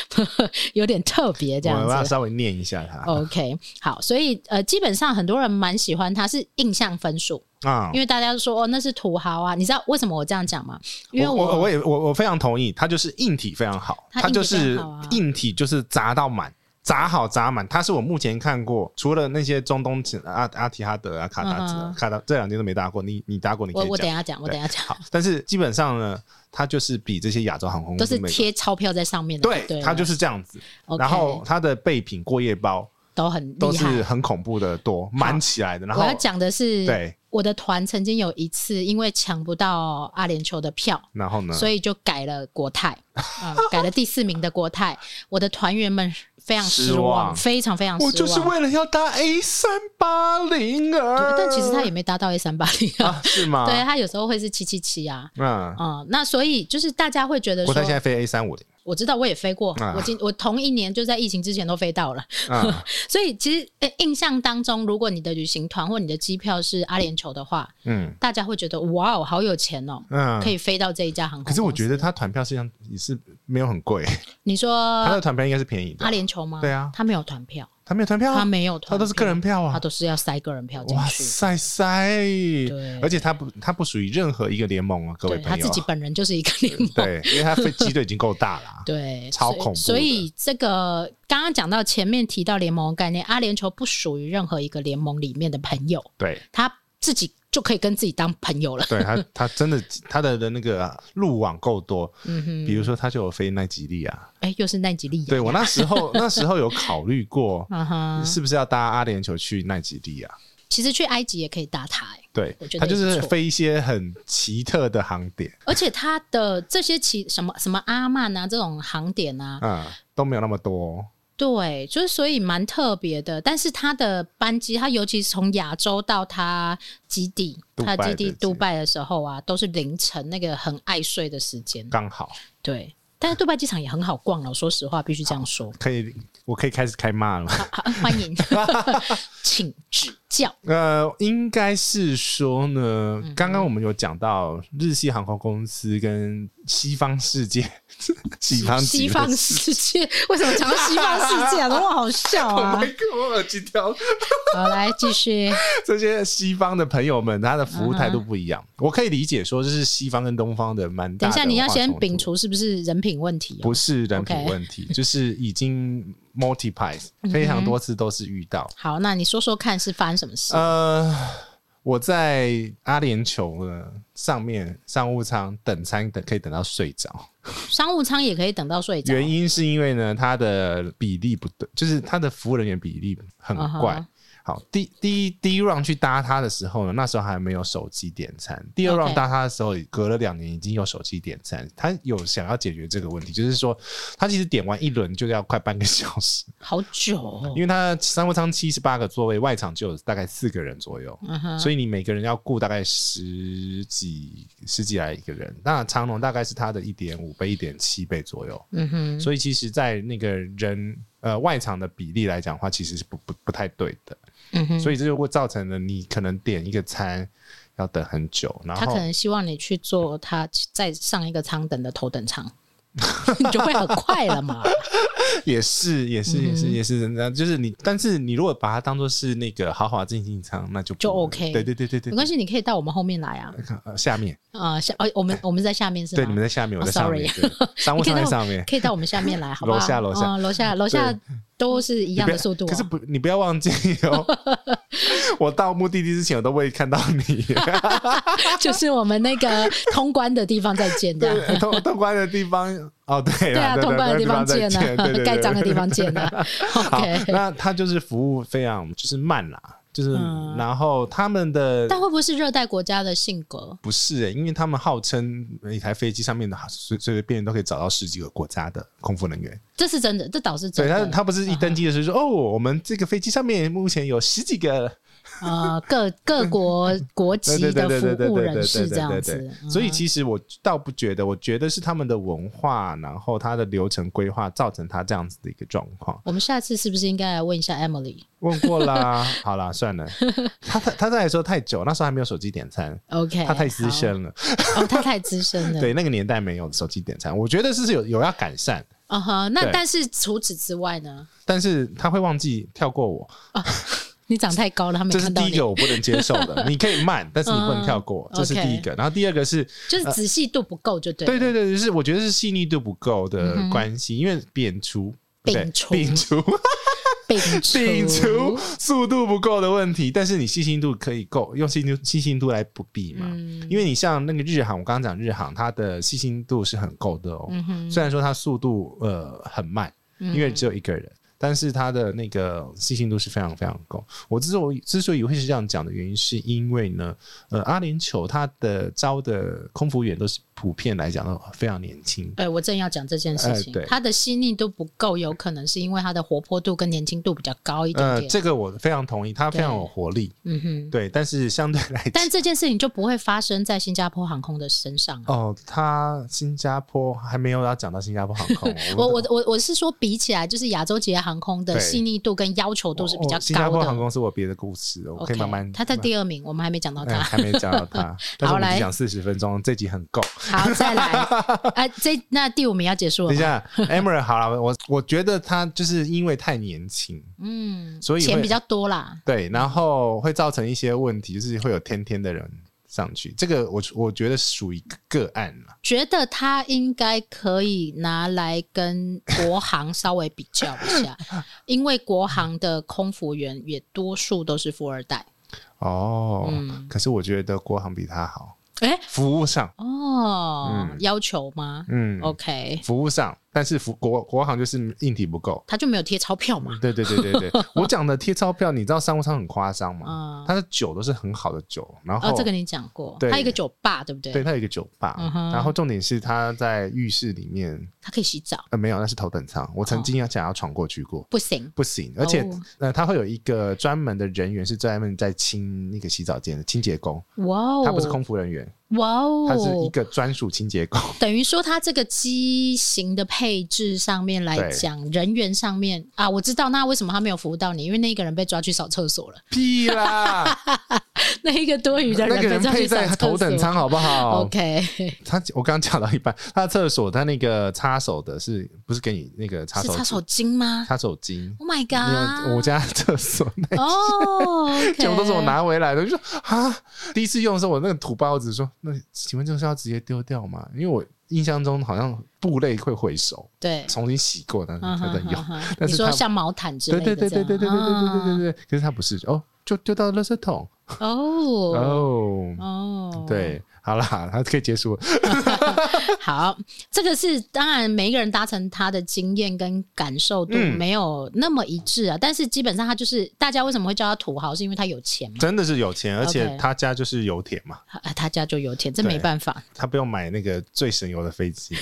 有点特别，这样我子。哦要稍微念一下他 OK，好，所以呃，基本上很多人蛮喜欢它，是印象分数。啊因。为大家都说哦那是土豪啊，你知道为什么我这样讲吗？因为我我我我也我我非常同意，他就是硬体非常好，它他就硬体非是常好啊硬体就是砸到满，砸好砸满，他是我目前看过除了那些中东阿阿提哈德啊、卡达嗯兹哼、卡达这两年都没搭过，你你搭过你可我以我等讲一。下讲，我等一下讲，好，但是基本上呢，它就是比这些亚洲航空都公司是每个贴钞票在上面的，对对，了，它就是这样子。 OK，然后它的备品过夜包都很都厉是害。很恐怖的多，满起来的。然我后要讲的是，对，我的团曾经有一次因为抢不到阿联酋的票，然后呢？所以就改了国泰，啊， 改了第四名的国泰。我的团员们非常失失望，望非常非常失我望。就是为了要搭 A 三八零对而，但其实他也没搭到 A 三八零啊， 啊，是吗？ 对，他有时候会是七七七啊，嗯，嗯，那所以就是大家会觉得国说泰，现在飞 A 三五零，我知道我也飞过，啊我今我同一年就在疫情之前都飞到了， 嗯所以其实呃印象当中，如果你的旅行团或你的机票是阿联酋的话，嗯大家会觉得哇哦，好有钱哦。嗯可。以飞到这一家航可空公司。是我觉得它团票实际上也是没有很贵，你它说的团票应该是便宜的阿。联酋吗？对啊他没有团票，它没有团票啊，他没有团它票，都是个人票啊他。都是要塞个人票进哇去。塞塞！对而且它不，它不属于任何一个联盟啊，各位对朋友。他自己本人就是一个 联盟。。对，因为它飞机队已经够大了啊对，超所以恐怖所的以这个刚刚讲到前面提到联盟的概念，阿联酋不属于任何一个联盟里面的朋友，对他自己就可以跟自己当朋友了。对，它它真的它的的那个路网够多，嗯哼，比如说它就有飞奈吉利亚。 哎、又是奈吉利亚，对我那时候那时候有考虑过， 嗯哼，是不是要搭阿联酋去奈吉利亚？其实去埃及也可以搭它、欸，对我觉，得它就也是不错飞一些很奇特的航点而且它的这些其什么什么阿曼啊这种航点啊，啊、都没有那么多、对，就是所以蛮特别的。但是它的班机，它尤其是从亚洲到它基地，杜拜它的基地机杜拜的时候啊，都是凌晨那个很爱睡的时间。刚好对，但是杜拜机场也很好逛了，说实话，必须这样说。可以，我可以开始开骂了吗。 好，欢迎，请指教。呃，应该是说呢，嗯刚刚我们有讲到日系航空公司跟西方世界， 西方西极乐方世世界为什么讲到西方世界啊？怎么好笑 Oh 啊 my！god！我 耳机掉。好，来继续。 这些西方的朋友们，他的服务态度不一样。我可以理解说，这是西方跟东方的蛮大等的一下，你要先文化冲突摒，除是不是人品问题、哦？不是人品 OK 嗯问题， 就是已经 multiplies 非常多次都是遇到。好，那你说说看是发生什么事？呃，我在阿联酋呢上面商务舱等餐等可以等到睡着，商务舱也可以等到睡着，呃原因是因为呢，它的比例不对，就是它的服务人员比例很怪。嗯哼好，第第一第一 round 去搭它的时候呢，那时候还没有手机点餐。第二 round OK 搭它的时候，隔了两年已经有手机点餐。他有想要解决这个问题，就是说他其实点完一轮就要快半个小时，好久、哦因。为他商务舱七十八个座位，外场就有大概四个人左右。嗯哼，所以你每个人要顾大概十几十几来一个人，那长龙大概是它的一点五倍、一点七倍左右。嗯哼，所以其实，在那个人呃外场的比例来讲的话，其实是不不不太对的。嗯哼，所以这就会造成了你可能点一个餐要等很久，然他可后能希望你去做他在上一个舱等的头等 舱，你就会很快了嘛。也是也嗯是也是也是人家就是你，但是你如果把它当做是那个豪华进进舱，那就不就 OK 对对对对对，没关系，你可以到我们后面来啊。呃下面啊、下哦，我们我们在下面是吗？对你们在下面，我哦在上面，对 商务你可以舱在到上面。可以到我们下面来，好不好？楼下楼下嗯楼下楼下都是一一样的速度、可是 啊。不，你不要忘记 哦！我到目的地之前，我都会看到你。 就是我们那个通关的地方再见，这样。对， 通通关的地方哦，对对啦啊，通关的地方再对见对啊，对盖章的地 方对见啊。 好 OK，那他就是服务非常就是慢啦，就是、嗯然后他们的但会不会是热带国家的性格？不是、欸，因为他们号称呃一台飞机上面的随随随便便都可以找到十几个国家的空服人员，这是真的，这倒是所真以他的。他不是一登机的时候嗯说、哦，我们这个飞机上面目前有十几个呃各各 国国籍对对对的对对服对务对人对士对这样对子对，，嗯所以其实我倒不觉得，我觉得是他们的文化，然后他的流程规划造成他这样子的一个状况。我们下次是不是应该来问一下 Emily？OK，、问过 啦，好啦，算了。他他他在来说太久，那时候还没有手机点餐， OK，他太资深了。好哦，他太资深 了。对，那个年代没有手机点餐，我觉得是有有要改善，嗯哼，那对但是除此之外呢？但是他会忘记跳过我，你长太高了，他没这是看到第一你，个我不能接受的。你可以慢，但是你不能跳 过我，嗯这是第一个。然后第二个是，就是仔细度不够，就对。呃对，对对，就是我觉得是细腻度不够的关系，因为扁除。对摒除摒除摒摒除除。速度不够的问题，但是你细心度可以够，用细心度细心度来补弊嘛。嗯因为你像那个日航，我刚刚讲日航，它的细心度是很够的哦。嗯哼嗯虽然说它速度呃很慢，因为只有一个人，但是它的那个细心度是非常非常够。我之所以之所以会是这样讲的原因，是因为呢，呃，阿联酋它的招的空服员都是普遍来讲都非常年轻。哎、我正要讲这件事情哎，对他的细腻度不够，有可能是因为他的活泼度跟年轻度比较高一点呃，点。这个我非常同意，它非常有活力，嗯哼，对，但是相对来讲但，这件事情就不会发生在新加坡航空的身上啊。，哦，他新加坡还没有要讲到新加坡航空哦 我我我我是说，比起来，就是亚洲捷航空的对细腻度跟要求度是比较哦新加高坡的。航空是我别的故事，我可以慢慢。他在第二名，我们还没讲到哎他。还没讲到他， 但是我们来只讲四十分钟，这集很够。 好，再来，哎、这那第五名要结束了等一吗。 下 e m e r 好了，我我觉得他就是因为太年轻，嗯，所以会钱比较多啦。对，然后会造成一些问题，就是会有天天的人上去。这个我我觉得属于个案了。觉得他应该可以拿来跟国航稍微比较 一下，因为国航的空服员也多数都是富二代。哦，嗯可是我觉得国航比他好，哎、服务上，哦，嗯要求吗、嗯 o k 服务上，但是福国国航就是硬体不够。他就没有贴钞票嘛。对对对 对对，我讲的贴钞票，你知道商务舱很夸张吗？嗯，它的酒都是很好的酒，然后、哦，这个你讲过，对他有一个酒吧，对不对？对，它有一个酒吧，嗯哼然后重点是它在浴室里面，他可以洗澡，呃，没有，那是头等舱，我曾经要想要闯过去过。不行。不行，而且、哦呃，它会有一个专门的人员是专门在清那个洗澡间的清洁工，哇哦，他不是空服人员，哇哦，他是一个专属清 洁工。等于说，它这个机型的配置上面来讲，人员上面啊，我知道，那为什么他没有服务到你？因为那一个人被抓去扫厕所了， 屁啦，那一个多余的 那个被人抓去配扫在厕所。头等舱哦好不 好 OK，他我刚刚讲到一半，他的厕所他那个擦手的是不是给你那个擦是手擦手巾巾吗擦手巾？ ？Oh my 因为 god！我家厕所那哦，OK， 酒都是我拿回来的，我就说啊，第一次用的时候，我那个土包子说，那请问这个是要直接丢掉吗？因为我印象中好像布类会回收，对，重新洗过，但是嗯才哼能用哼。哼但你是说它像毛毯之类对对的对这对对对对对样对对啊对对，可是他不是哦，就丢到垃圾桶哦哦。哦，对，好啦，他可以结束了。好，这个是当然，每一个人搭乘他的经验跟感受度嗯没有那么一致啊，但是基本上他就是大家为什么会叫他土豪，是因为他有钱嘛，真的是有钱，而且 OK 他家就是油田嘛，啊、他家就有钱，这对没办法，他不用买那个最省油的飞 机，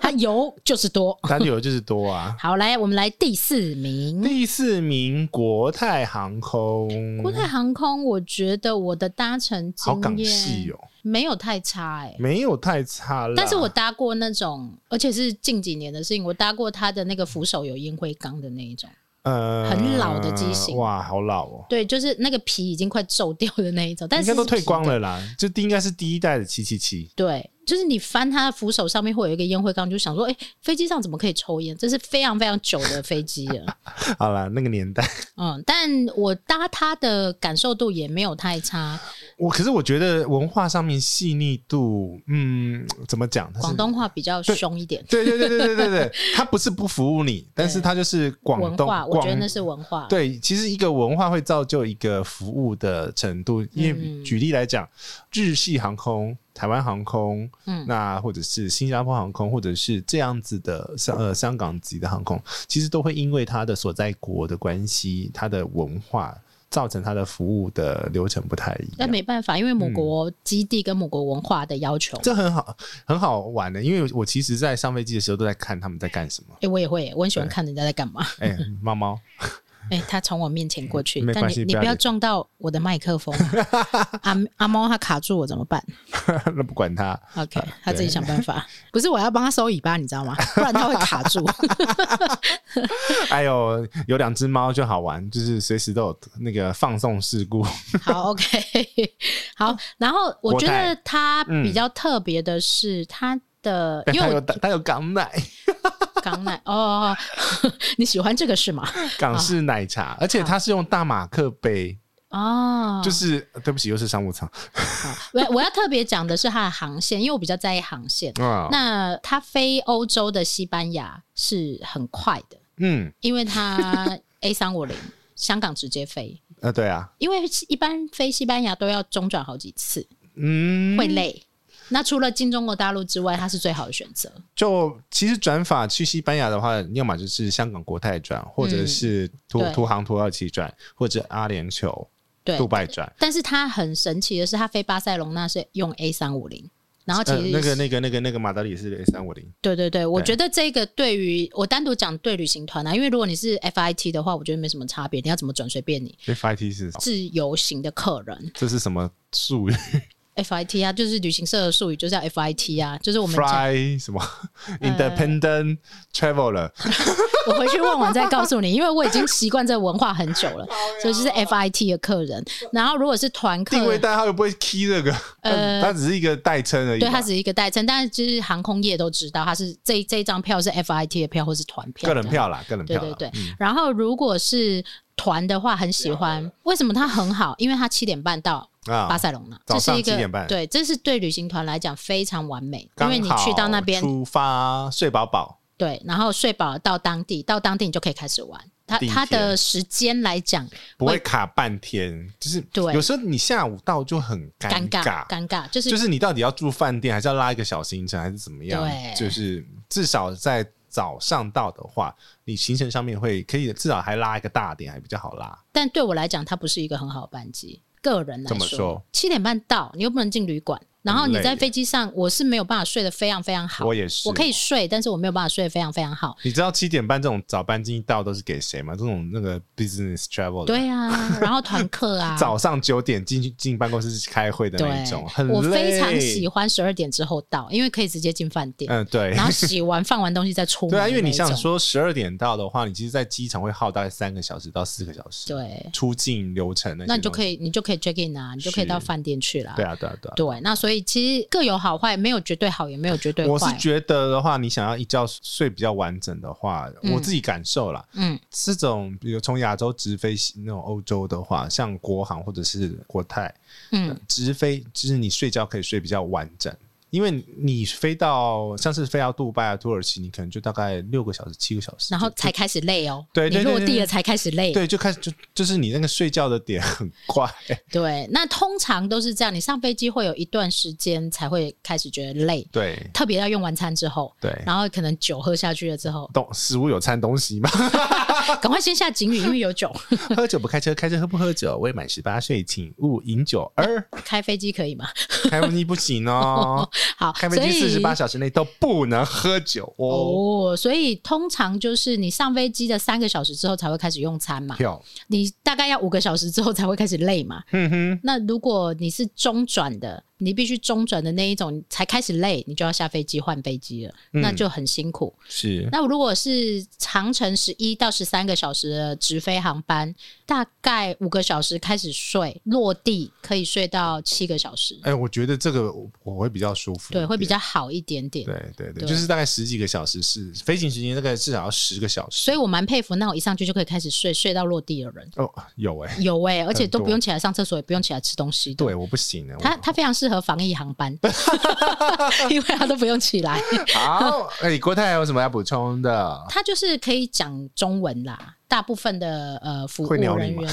他油就是多。他油就是多啊。好，来，我们来第四名，第四名，国泰航空，国泰航空，我觉得我的搭乘好经港验系哦，没有太差哎、没有太差了。但是我搭过那种，而且是近几年的事情，我搭过他的那个扶手有烟灰缸的那一种，呃很老的机型哇，好老哦，对，就是那个皮已经快皱掉的那一种，但应是该都是退皮光的了啦。就第应该是第一代的七七七，对，就是你翻他的扶手上面会有一个烟灰缸，你就想说，哎、飞机上怎么可以抽烟？这是非常非常久的飞机了。好啦，那个年代， 嗯，但我搭它的感受度也没有太差。我可是我觉得文化上面细腻度，嗯，怎么讲？它是广东话比较凶一点，对对对对对对对，它不是不服务你，但是它就是广文东化，我觉得广那是文化。，对，其实一个文化会造就一个服务的程度。因为嗯举例来讲，日系航空、台湾航空，嗯那或者是新加坡航空，或者是这样子的香呃香港籍的航空，其实都会因为它的所在国的关系，它的文化造成它的服务的流程不太一但样。没办法，因为母国基地跟母国文化的要求。嗯这很好，很好玩的，因为我其实，在上飞机的时候都在看他们在干什么。哎、我也会，我很喜欢看人家在干嘛。哎、猫猫， 哎、他从我面前过去没，但关你系你不要不要理撞到我的麦克风啊、 阿阿猫它卡住我怎么办？那不管它。 OK，他自己想办法。呃 不是我要帮他收尾巴，你知 道吗？不然他会卡 住。哎呦，有两只猫就好玩，就是随时都有那个放送事故。好，OK，好。 然后我觉得他嗯比较特别的是他的，但 因它为有我它有港 奶、港奶哦， 你喜欢这个是吗？港式奶啊茶，而且它是用大马克杯，哦，就是呃对不起，又是商务舱好我我要特别讲的是它的航线，因为我比较在意航线。啊。那它飞欧洲的西班牙是很快的，嗯，因 为它 A 三五零香港直接飞，呃，对啊，因为一般飞西班牙都要中转好几次。嗯，会累。那除了进中国大陆之外，它是最好的选择。就其实转法去西班牙的话，要么就是香港国泰转，或者是土嗯对土航土耳其转，或者阿联酋、对杜，拜转。但是它很神奇的是，它飞巴塞隆那是用 A 三五零，然后其呃，实、那个、那个、那个、那个马德里是 A 三五零，对对对，我对觉得这个对于我单独讲对旅行团啊，因为如果你是 FIT 的话，我觉得没什么差别，你要怎么转随便你。 FIT 是什么自由行的客人这是什么术语 FIT 啊，就是旅行社的术语，就叫 FIT 啊，就是我们讲。 ？Fly 什么 Independent Traveler 嗯我回去问完再告诉你，因为我已经习惯这文化很久了，所以就是 FIT 的客人。然后如果是团客，定位代号又不会 key 这个， 呃它只是一个代称而已吧。对，它只是一个代称，但是就是航空业都知道，它是这这一张票是 FIT 的票或是团票，个人。票啦，个人对票嗯对啦。对，然后如果是团的话，很喜欢。为什么它很好？因为它七点半到巴啊，塞隆纳，早这是上一个7点半对，这是对旅行团来讲非常完美，因刚为你好去到那边，出发，睡饱饱。对，然后睡饱到当地，到当地你就可以开始玩。它第一它的天时间来讲不会卡半天，就是对有时候你下午到就很尴尬，尴尬，就是就是你到底要住饭店，还是要拉一个小行程，还是怎么样？对就是至少在早上到的话，你行程上面会可以至少还拉一个大点，还比较好拉。但对我来讲，它不是一个很好的班机。个人来怎么说，七点半到，你又不能进旅馆，然后你很累在耶飞机上，我是没有办法睡得非常非常好。我也是，我可以。睡，但是我没有办法睡得非常非常好。你知道七点半这种早班机一到都是给谁吗？这种那个 business travel 的，对啊，然后团课 啊早上九点进去进办公室开会的那一种，很我非常累喜。欢十二点之后到，因为可以直接进饭店，嗯，对然，后洗完放完东西再出 门。对啊，因为你想，说十二点到的话，你其实，在机场会耗大概三个小时到四个小时。，对，出境流程那些那你就东可西。以，你就可以 check in 啊，你就可以是到饭店去啦。对啊，对啊，对啊。对，那所以其实各有好坏，没有绝对好，也没有绝对我是坏。觉得的话，你想要一觉睡比较完整的话，嗯我自己感受啦，嗯，这种比如从亚洲直飞那种欧洲的话，像国航或者是国泰，嗯，直飞就是你睡觉可以睡比较完整，因为你飞到像是飞到杜拜啊、土耳其，你可能就大概六个小时、七个小时，然后就才开始累哦。对对你对落对地对了才开始累。对，就开始就就是你那个睡觉的点很快， 对，那通常都是这样，你上飞机会有一段时间才会开始觉得累，对特别要用完餐之后，对，然后可能酒喝下去了之后，东食物有掺东西吗？ 赶快先下警语，因为有酒。喝酒不开车，开车喝不喝酒？未满十八岁请勿饮酒儿，开飞机可以吗？开飞机不行 哦。好，开飞机所四以十八小时内都不能喝酒哦。哦，所以通常就是你上飞机的三个小时之后才会开始用餐嘛，票，你大概要五个小时之后才会开始累嘛。哼嗯哼，那如果你是中转的，你必须中转的那一种你才开始累，你就要下飞机换飞机了，嗯那就很辛苦。是那如果是长程十一到十三个小时的直飞航班，大概五个小时开始睡，落地可以睡到七个小时，哎、我觉得这个我我会比较舒服一点，对，会比较好一点点。对对对，对就是大概十几个小时是飞行时间，大概至少要十个小时。所以我蛮佩服那种一上去就可以开始睡，睡到落地的人。哦，有哎、有哎、而且都多不用起来上厕所，也不用起来吃东西的。对，我不行欸了。他他非常适合防疫航 班，因为他都不用起来，我好，哎、郭太有什么要补充的？他就是可以讲中文啦。大部分的呃服务会鸟人你吗员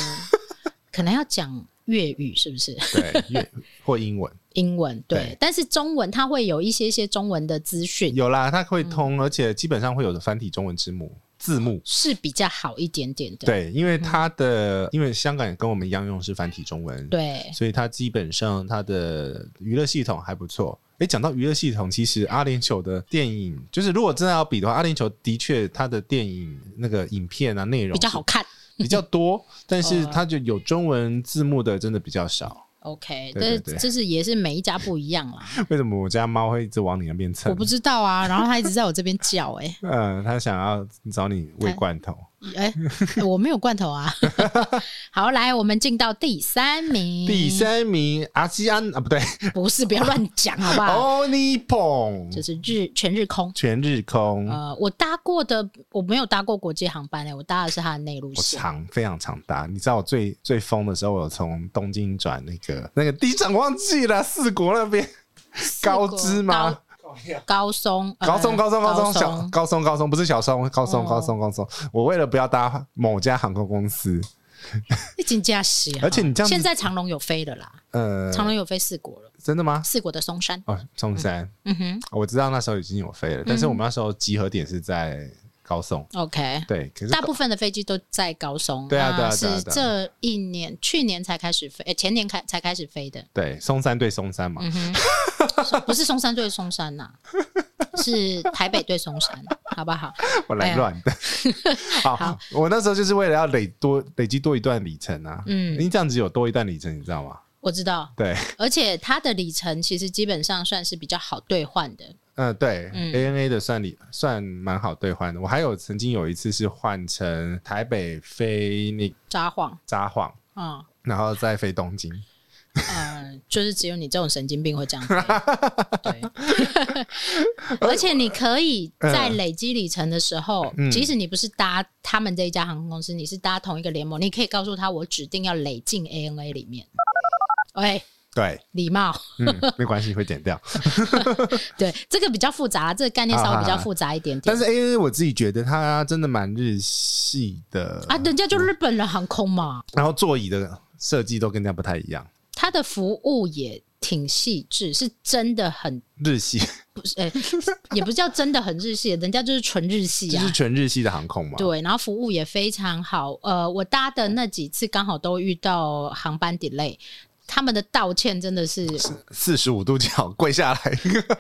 可能要讲粤语，是不是？对，粤或英文英文对，对但是中文他会有一些些中文的资讯有啦，它嗯会通，而且基本上会有的繁体中文字幕字幕。是比较好一点点的。对，因为它的、因为香港也跟我们一样用是繁体中文，对所以它基本上它的娱乐系统还不错。诶，讲到娱乐系统，其实阿联酋的电影，就是如果真的要比的话，阿联酋的确它的电影那个影片啊内容比较是好看。 比较多，但是哦它就有中文字幕的真的比较少。 OK，对对这对这是也是每一家不一样 啦，为什么我家猫会一直往你那边蹭我？不知道啊。然后他一直在我这边叫、哎。嗯，它想要找你喂它罐头。哎、我没有罐头啊。 好，来，我们进到第三名。第三名阿西安啊，不对，不是，不要乱讲，好不好？欧尼碰啊就是日全日空。全日空，呃，我搭过的我没有搭过国际航班欸诶、我搭的是它的内陆我线。常非常常搭。你知道我最最疯的时候，我有从东京转那个那个第一站忘记了，四国那边四国高知吗？高？高松，呃高松高松高松小松，高松高松不是小松高松哦高松高松，我为了不要搭某家航空公司，已经加息啊！而且你这样子现在长龙有飞了啦，呃，长龙有飞四国了，真的吗？四国的松山。哦，中山，哦嗯哼我知道那时候已经有飞了，但是我们那时候集合点是在高松， ，OK。对，可是大部分的飞机都在高松，对啊对啊那对啊是对啊这一年、去年才开始飞，诶前年开才开始飞的。对松山对松山嘛，嗯哼， 不是松山对松山呐、是台北对松山，好不好？我来乱 的。好，我那时候就是为了要累多累积多一段里程啊，嗯因为这样子有多一段里程，你知道吗？我知道，对，而且它的里程其实基本上算是比较好兑换的。嗯，对嗯，ANA 的算里算蛮好兑换的。我还有曾经有一次是换成台北飞那札幌，札幌，嗯然后再飞东京。呃，就是只有你这种神经病会 这样子。对，而且你可以在累积里程的时候，嗯即使你不是搭他们这一家航空公司，你是搭同一个联盟，你可以告诉他我指定要累进 ANA 里面。喂，对，礼貌。嗯，没关系，会减掉。对，这个比较复杂，这个概念稍微比较复杂一点点。但是 ANA 我自己觉得它真的蛮日系的啊，人家就日本人航空嘛，然后座椅的设计都跟人家不太一样。它的服务也挺细致，是真的很日系不是，哎、也不是叫真的很日系，人家就是纯日系就啊是。全日系的航空嘛，对，然后服务也非常好。呃，我搭的那几次刚好都遇到航班 delay，他们的道歉真的是四十五度角跪下来，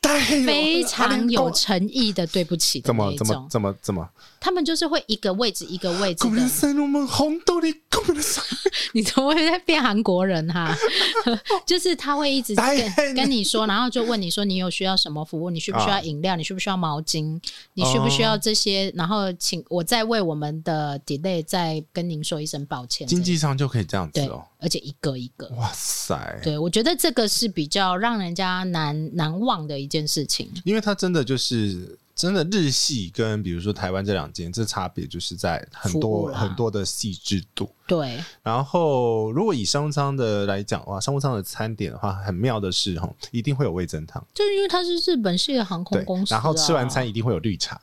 太非常有诚意的，对不起的怎那么一怎么种。怎么怎么？他们就是会一个位置一个位置ごめんな的，さい我们红豆的，ごめんなさい你怎么会在变韩国人哈、 就是他会一直大跟変跟你说，然后就问你说你有需要什么服务，你需不需要啊哦饮料，你需不需要毛巾，你需不需要这些，然后请我再为我们的 delay 再跟您说一声抱歉。经济舱就可以这样子对哦，，而且一个一个。哇塞！对，我觉得这个是比较让人家难难忘的一件事情。因为它真的就是真的日系跟比如说台湾这两间，这差别就是在很服务啊多啦很多的细致度。对，然后如果以商务舱的来讲的话，商务舱的餐点的话，很妙的是哈，一定会有味增汤，就是因为它是日本系的航空对公，司、啊，然后吃完餐一定会有绿茶。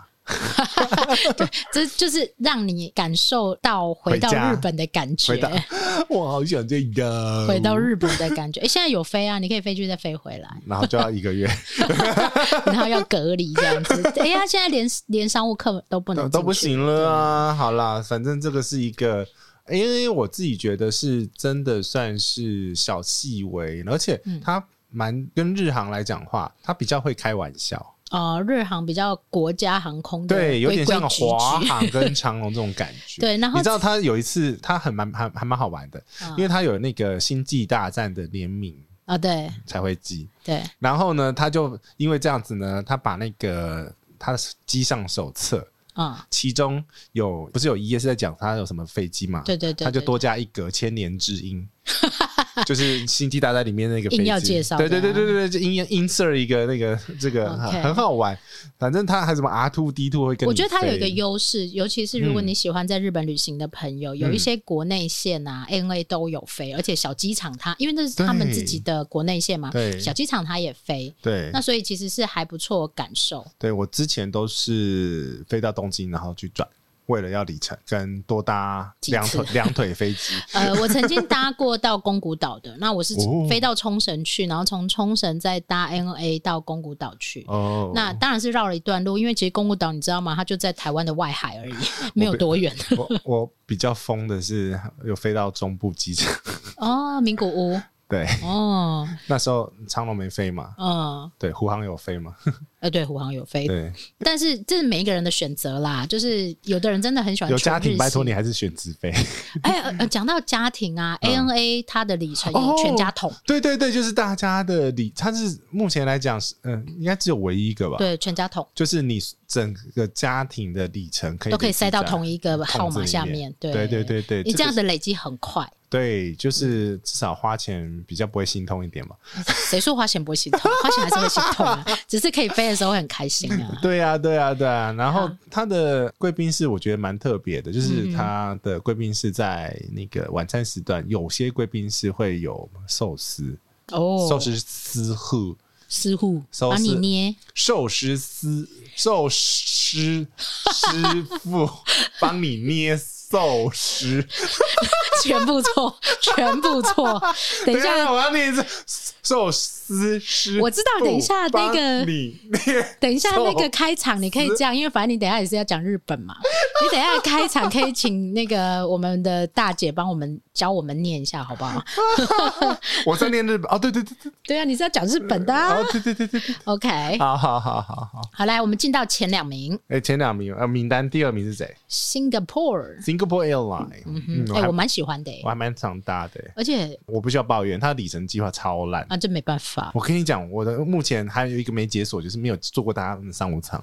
这就是让你感受到回回到家日本的感觉，回 到啊 我好想这个，回到，日本的感 觉。哎、现在有飞啊，你可以飞去再飞回来，然后就要一 个月。哦然后要隔离这 样子。哎、呀，现在连连商务客都不能都都不进去行了啊！好啦，反正这个是一个，因为我自己觉得是真的算是小细微，而且嗯它蛮跟日航来讲话，它比较会开玩笑，呃，日航比较国家航空的对，有点像规矩 华矩航跟长龙这种感觉。对然后你知道他有一次，他很蛮还还蛮好玩的，嗯因为他有那个星际大战的联名啊，对才会寄，对，然后呢，他就因为这样子呢，他把那个他的机上手册。嗯，其中有不是有一页是在讲他有什么飞机嘛？对对对对他就多加一格“千年之鹰”，就是《星际大战》里面那个飞硬机。要介绍对对的对啊对对，就 in insert 一个那个这个 OK 很好玩。反正他还什么 R two D two 会跟你我觉得它有一个飞嗯优势，尤其是如果你喜欢在日本旅行的朋友，有一些国内线啊、ANA 都有飞，而且小机场它因为那是他们自己的国内线嘛，对小机场它也飞，对那所以其实是还不错感受。对，我之前都是飞到东京，然后去转，为了要里程跟多搭几次两腿两腿飞机。呃，我曾经搭过到宫古岛的，那我是哦飞到冲绳去，然后从冲绳再搭 ANA 到宫古岛去。哦， 那当然是绕了一段路，因为其实宫古岛你知道吗？它就在台湾的外海而已，哦 没有多远我我比较疯的是有飞到中部机场，哦。名古屋 对，哦，那时候长龙没飞嘛，嗯，对，胡航有飞嘛，呃，对，虎航有飞，对，但是这是每一个人的选择啦，就是有的人真的很喜欢有家呃全庭，日系拜托你。还是选直飞。 哎，呃呃讲到家庭啊，ANA 它的里程有嗯哦全家桶，对对对，就是大家的理，它是目前来讲是，嗯、应该只有唯一一个吧。，对，全家桶就是你整个家庭的里程可以都可以累积塞到在同一个号码下面桶子里面对对对对对，你这样个的累积很快，对，就是至少花钱比较不会心痛一点嘛。谁说花钱不会心痛？花钱还是会心痛啊，只是可以飞的时候会很开心啊。对啊，对啊，对啊。然后它的贵宾室我觉得蛮特别的，就是嗯它的贵宾室在那个晚餐时段，有些贵宾室会有寿司、寿哦，司司户。师傅寿把司你捏，寿司师寿司师 傅帮你捏寿司。全部错，全部错。等一等下，我要念一哦次寿司师傅。我知道等一下那个帮你捏等一下，那个寿开场你可以这样，因为反正你等一下也是要讲日本嘛。你等一下开场可以请那个我们的大姐帮我们教我们念一下，好不好？我在念日本哦，对对对对，对啊，你是要讲日本的、啊哦。对对对对 对， OK，好好好好好。好来，我们进到前两名哎，前两名呃，名单第二名是谁，Singapore。 ？Singapore Airline。嗯嗯，哎、我还我蛮喜欢的、欸我，还蛮常搭的，而且我不需要抱怨，它的里程计划超烂。啊，这没办法我跟你讲，我的目前还有一个没解锁，就是没有坐过它的商务舱。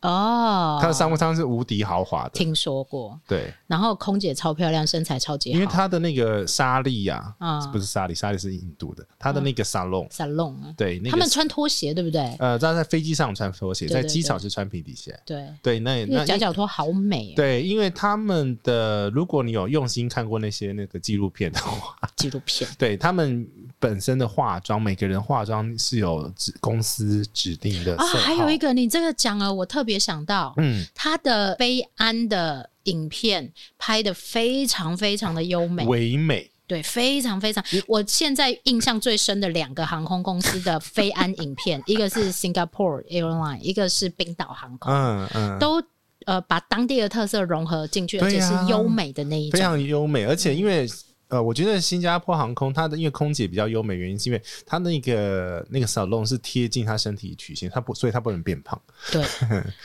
哦。它的商务舱是无敌豪华的，听说过，对，然后空姐超漂亮，身材超级好，因为它的那个沙粒呀、啊，嗯不是沙粒，沙粒是印度的，它的那个沙龙， salon 啊，对，那个他们穿拖鞋对不对？呃，他在飞机上穿拖鞋，对对在机场是穿平底鞋，对，对，那那那个夹脚拖好美、欸，对，因为他们的，如果你有用心看过那些那个纪录片的话，纪录片对他们本身的化妆，每个人化妆是有指公司指定的啊，呃色还有号一个你这个讲了，我特别想到，嗯，他的悲安的影片拍的非常非常的优美，唯美，对，非常非常。我现在印象最深的两个航空公司的飞安影片，一个 是 Singapore Airline，一个是冰岛航空，嗯嗯，都呃把当地的特色融合进去，而对且呀是优美的那一非种。常优美，而且因为。呃，我觉得新加坡航空它的因为空姐比较优美，原因是因为它那个那个 salon 是贴近她身体曲线，它不，所以它不能变胖， 对，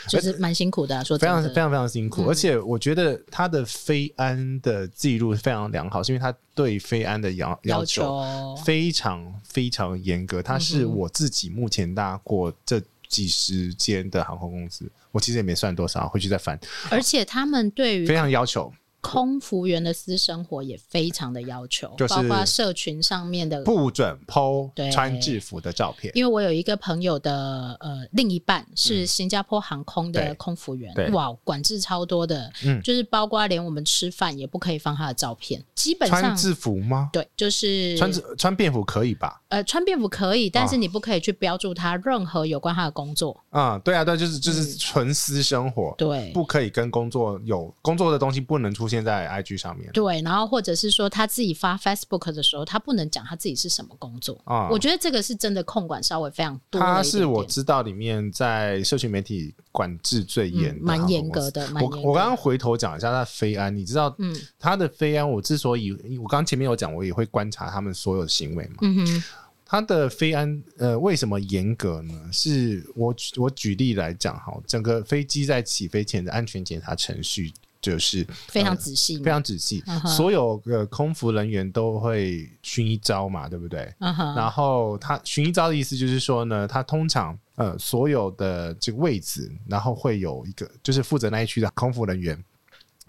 就是蛮辛苦的啊、说非真常的，非常非常辛苦。嗯而且我觉得它的飞安的记录非常良好，是因为它对飞安的要要求求。非常非常严嗯格，它是我自己目前搭过这几十间的航空公司，我其实也没算多少，回去再翻，而且他们对非于常要求。空服员的私生活也非常的要求，就是包括社群上面的。不准剖对穿制服的照片，因为我有一个朋友的呃另一半是新加坡航空嗯对的空服员，对哇，管制超多的，嗯就是包括连我们吃饭也不可以放他的照片，基本穿上制服吗？对，就是穿制穿便服可以吧？呃穿便服可以，但啊是你不可以去标注他任何有关他的工作，啊、对啊，对，就是就是纯私生活，嗯对不可以跟工作有工作的东西不能出现在 IG 上面。对，然后或者是说他自己发 Facebook 的时候，他不能讲他自己是什么工作，啊我觉得这个是真的控管稍微非常多了它一点点，是我知道里面在社群媒体管制最严的嗯航蛮空严公格司。的，蛮我严格的我刚刚回头讲一下它的飞安，你知道嗯它的飞安，我之所以我刚刚前面有讲，我也会观察他们所有的行为嘛。嗯哼，它的飞安呃为什么严格呢？是我举我举例来讲哈，整个飞机在起飞前的安全检查程序就是非常仔细嘛，呃非常仔细，嗯哼所有的空服人员都会巡一招嘛，对不对？嗯哼，然后他巡一招的意思就是说呢，他通常呃所有的这个位置，然后会有一个就是负责那一区的空服人员，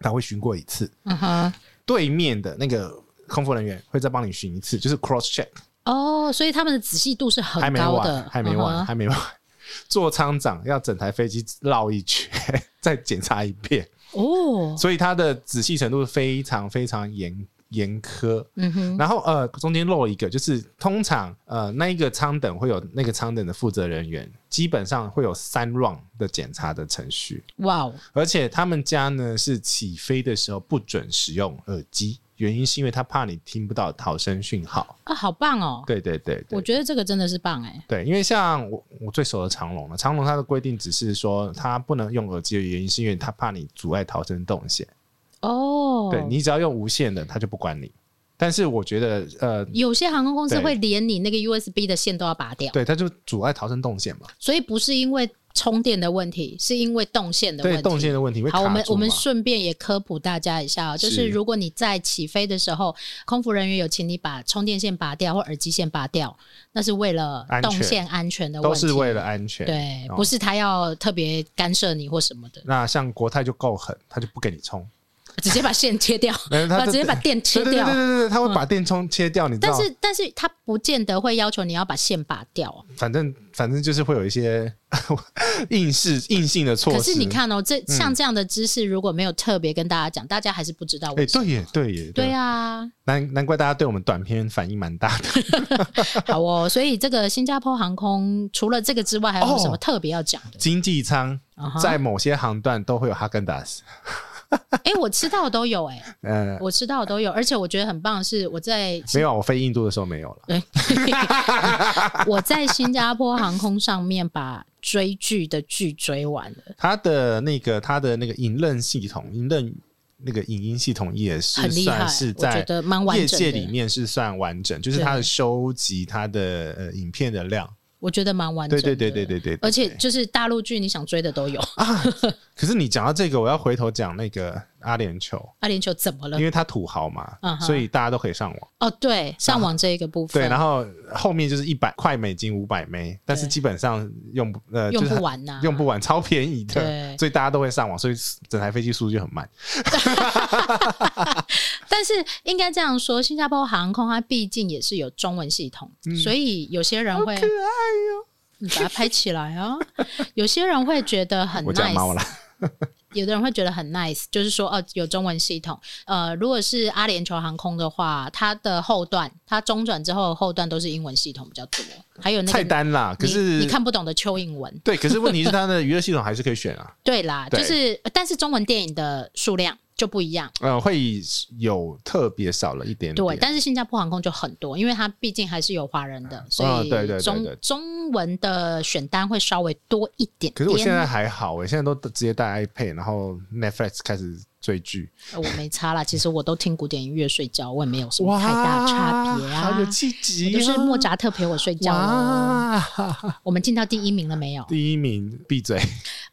他会巡过一次，嗯哼，对面的那个空服人员会再帮你巡一次，就是 cross check。哦，所以他们的仔细度是很还没高的完，，还没完，嗯哼还没完。座舱长要整台飞机绕一圈，再检查一遍，哦，所以它的仔细程度非常非常严严苛。嗯哼，然后呃，中间漏了一个，就是通常呃那一个舱等会有那个舱等的负责人员，基本上会有三 round 的检查的程序，哇哦，而且他们家呢是起飞的时候不准使用耳机，原因是因为他怕你听不到逃生讯号。啊，好棒哦，对对对对我觉得这个真的是棒哎，对，因为像我我最熟的长龙了，长龙它的规定只是说它不能用耳机的原因，是因为它怕你阻碍逃生动线。哦，对你只要用无线的，它就不管你。但是我觉得，呃，有些航空公司对会连你那个 USB 的线都要拔掉，对，它就阻碍逃生动线嘛，所以不是因为充电的问题，是因为动线的问对题。动线的问题会卡好，住我们我们嘛顺便也科普大家一下、哦，就是是如果你在起飞的时候，空服人员有请你把充电线拔掉或耳机线拔掉，那是为了安全动线安全的问都题，是为了安全。对，哦不是他要特别干涉你或什么的，那像国泰就够狠，它就不给你充，直接把线 切掉，但是它把直接把对电切对对掉嗯对。对对，它会把电充切掉，你知但道？是，但是他不见得会要求你要把线拔掉哦、反正反正就是会有一些硬式硬性的措施。可是你，看哦，这嗯像这样的知识，如果没有特别跟大家讲，大家还是不知道哎，为什么。对耶，对耶，对啊，难难怪大家对我们短片反应蛮大的。好哦，所以这个新加坡航空除了这个之外，还有没有什么哦特别要讲的？经济舱啊哈在某些航段都会有哈根达斯，哎、我吃到的都 有、哎，呃，我吃到的都有，而且我觉得很棒的是，我在没有，我飞印度的时候没有了。对，我在新加坡航空上面把追剧的剧追完了，它的那个它的那个影刃系统，影刃那个影音系统也是很厉害算是，我觉在得蛮完业整界里的，面是算完整，就是它的收集它的呃影片的量，我觉得蛮完整对的，对对对对对，对而且就是大陆剧你想追的都有， 啊，可是你讲到这个，我要回头讲那个阿联酋，阿联酋怎么了因？为它土豪嘛嗯，哼所以大家都可以上网。哦，对，上网这一个部分，对，然后后面就是一百块美金五百枚，但是对基本上用不呃用就是不完呐、用不完，超便宜的，对所以大家都会上网，所以整台飞机速度就很慢。但是应该这样说，新加坡航空它毕竟也是有中文系统，嗯所以有些人会可爱哟、你把它拍起来 啊！有些人会觉得很我讲猫 nice，了，有的人会觉得很 nice，就是说哦，有中文系统。呃，如果是阿联酋航空的话，它的后段，它中转之后的后段都是英文系统比较多，还有那个菜单啦，可你是你看不懂的蚯蚓文。对，可是问题是它的娱乐系统还是可以选啊，对啦，对就是但是中文电影的数量就不一样。呃，会有特别少了一点点。对，但是新加坡航空就很多，因为它毕竟还是有华人的，所以中、啊对对对对中文的选单会稍微多一点点。可是我现在还好、欸，我现在都直接带 iPad，然后 Netflix 开始追剧。呃我没差啦，其实我都听古典音乐睡觉，我也没有什么太大差别啊。好有气我质、啊！就是莫扎特陪我睡觉了。哇，哈哈我们进到第一名了没有？第一名，闭嘴！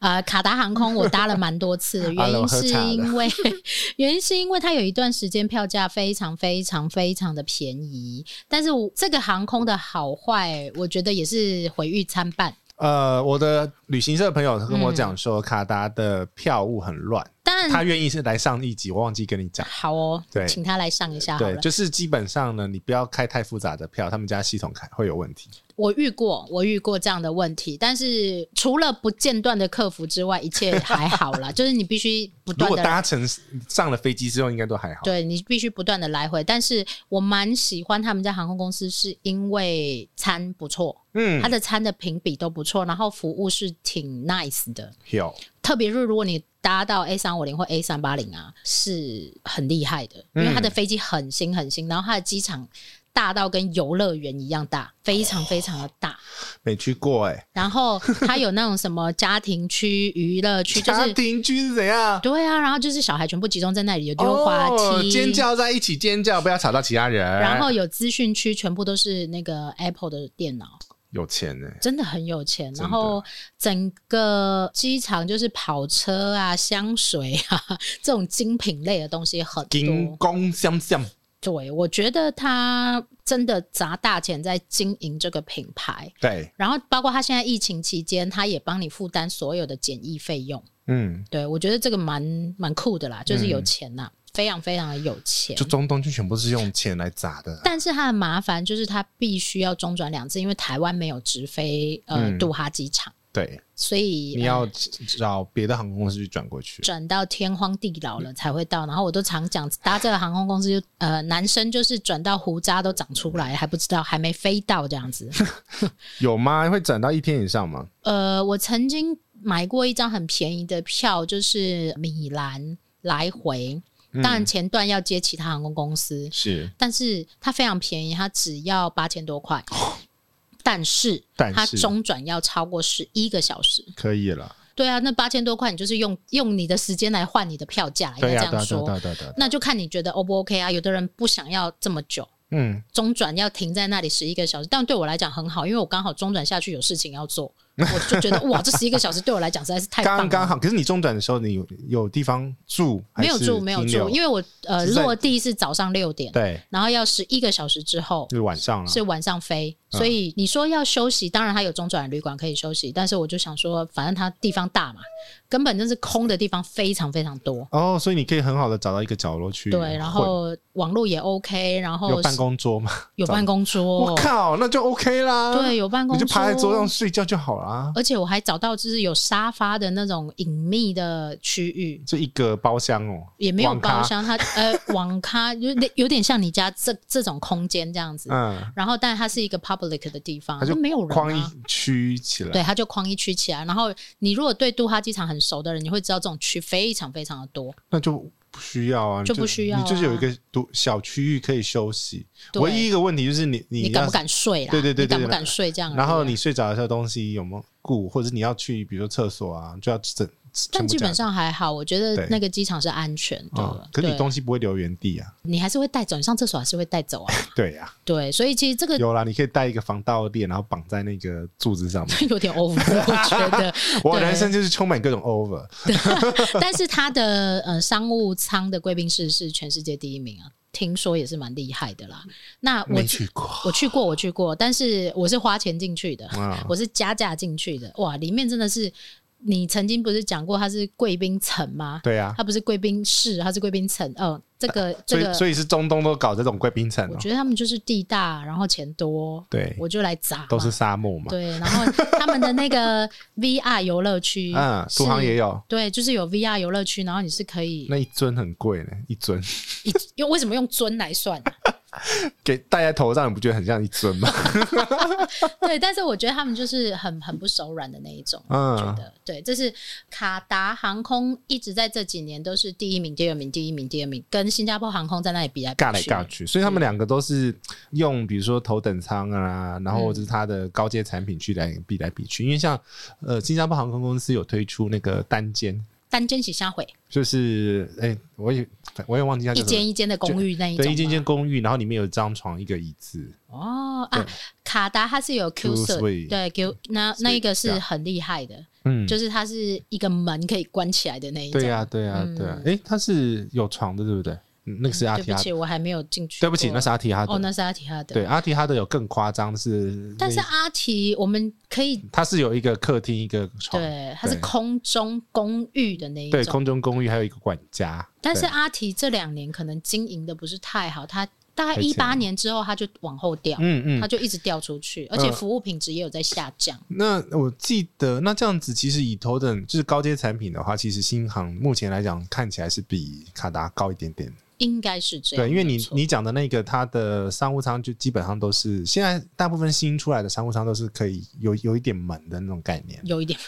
呃，卡达航空我搭了蛮多次的， 好原了因我喝是茶了因为 原因是因为它有一段时间票价非常非常非常的便宜，但是我这个航空的好坏，我觉得也是毁誉参半。呃，我的旅行社朋友跟嗯我讲说，卡达的票务很乱，但他愿意是来上一集，我忘记跟你讲。好哦，对请他来上一下好对，了。就是基本上呢，你不要开太复杂的票，他们家系统开会有问题。我遇过，我遇过这样的问题，但是除了不间断的客服之外，一切还好 啦。就是你必须不如断果的搭乘上了飞机之后，应该都还好。对你必须不断的来回，但是我蛮喜欢他们家航空公司，是因为餐不错，嗯它，的餐的评比都不错，然后服务是挺 nice 的，有特别是如果你搭到 A 三五零或 A 三八零啊，是很厉害的，因嗯为它的飞机很新很新，然后它的机场大到跟游乐园一样大，非常非常的大，没去过哎、欸，然后它有那种什么家庭区、娱乐 区，就家是。庭区是怎样？对啊，然后就是小孩全部集中在那里，有溜滑梯、哦、尖叫在一起尖叫，不要吵到其他人。然后有资讯区，全部都是那个 Apple 的电脑，有钱呢、欸，真的很有钱。真的然后整个机场就是跑车啊、香水啊 这种精品类的东西很金多。光相向，对，我觉得他真的砸大钱在经营这个品牌。对，然后包括他现在疫情期间，他也帮你负担所有的检疫费用。嗯，对我觉得这个蛮蛮酷的啦，就是有钱呐、非常非常的有钱就。中东就全部是用钱来砸的。但是它的麻烦就是它必须要中转两次，因为台湾没有直飞呃、嗯杜哈机场，对，所以你呃要找别的航空公司去转过去。转到天荒地老嗯了才会到。然后我都常讲，搭这个航空公司就呃男生就是转到胡渣都长出来，还不知道还没飞到这 样子。有吗？会转到一天以上吗？呃，我曾经买过一张很便宜的票，就是米兰来回，嗯当然前段要接其他航空公司，是，但是它非常便宜，它只要八千多块。但是，哦但它是中转要超过十一个小时。可以了。对啊，那八千多块，你就是用用你的时间来换你的票价，应对该呀、这对呀、对样啊说。呀、对呀、对呀、对呀、那就看你觉得 O 不 OK 啊？有的人不想要这么久，嗯，中转要停在那里十一个小时，但对我来讲很好，因为我刚好中转下去有事情要做，我 就觉得哇，这十一个小时对我来讲实在是太棒了。刚刚好。可是你中转的时候，你有有地方住？还没有是住，没有停留住，因为我呃是在落地是早上六点，对，然后要十一个小时之后就是晚上啊了。是晚上飞，啊所以你说要休息，当然它有中转旅馆可以休息，但是我就想说，反正它地方大嘛，根本就是空的地方非常非常多。哦，所以你可以很好的找到一个角落去混。对，然后网络也 OK，然后有办公桌吗？有办公我桌，靠，那就 OK 啦。哦对，，有办嗯公你桌，就趴在桌上睡觉就好啦。而且我还找到就是有沙发的那种隐秘的区域，这一个包厢哦，也没有网咖包。厢，它呃网咖有点有点像你家这这种空间这样子，嗯，然后但它是一个 public 的地方，它就没有框人啊。一区起来。对，它就框一区起来。然后你如果对杜哈机场很熟的人，你会知道这种区非常非常的多。那就不需要啊，你就不需要啊你就是有一个独小区域可以休息。对唯一一个问题就是你你你要敢不？敢睡啦？对对对你敢对不对敢睡这样而已啊？然后你睡着的时候东西有没有顾，或者你要去比如说厕所啊，就要整。但全部基这样本上还好，我觉得对那个机场是安全的。啊，可是你对东西不会留原地啊。你还是会带走，你上厕所还是会带走啊。对呀，对，所以其实这个有啦，你可以带一个防盗链，然后绑在那个柱子上 面。有点 over，我觉 得。我对人生就是充满各种 over。但是它的呃商务舱的贵宾室是全世界第一名啊，听说也是蛮厉害的啦。那我没去过我去过，我去过，但是我是花钱进去的，啊我是加价进去的。哇，里面真的是，你曾经不是讲过它是贵宾层吗？对呀，它不是贵宾室，它是贵宾层。哦，这个这所个以，所以是中东都搞这种贵宾城我哦。觉得他们就是地大，然后钱多，对我就来砸嘛，都是沙漠嘛。对。然后他们的那个 VR 游 乐区，嗯，苏杭也有。有对，就是有 VR 游乐区，然后你是可以那一尊很贵呢，一尊。 用为什么用尊来算啊、 给戴在头上，你不觉得很像一尊吗？对，但是我觉得他们就是很很不手软的那一种，嗯 我觉得对，这是卡达航空一直在这几年都是第一名、第二名、第一名、第二名，跟新加坡航空在那里比来比尬来去尬去，所以他们两个都是用比如说头等舱嗯啊，然后或者是它的高阶产品去来比来比去。因为像呃，新加坡航空公司有推出那个单间，单间起下回，就是哎、我也我也忘记它叫一什么间一间的公寓那一种吗，对一间间公寓，然后里面有一张床一个椅子，哦对啊，卡达它是有 Q Q 色 suite，对 Q 那那一个是 suite，很厉害的，啊嗯，就是它是一个门可以关起来的那一种。对啊呀、对呀、嗯对呀、哎、它是有床的，对不对？嗯那个是阿对提不哈起，德，我还没有进去过。对不起，那是阿提哈哦，德。那是阿提哈德。对，，阿提哈德有更夸张的是，但是那阿提我们可以它是有一个客厅，一个床，对，它是对空中公寓的那一对，种。空中公寓还有一个管家。但是对阿提这两年可能经营的不是太好，它大概赔一钱八了年之后，它就往后掉，嗯嗯它，就一直掉出去，而且嗯服务品质也有在下降。那我记得，那这样子其实以头等就是高阶产品的话，其实新航目前来讲看起来是比卡达高一点点。应该是这样，对，因为没你错你讲的那个它的商务舱就基本上都是现在大部分新出来的商务舱都是可以有有一点门的那种概 念。有 一点，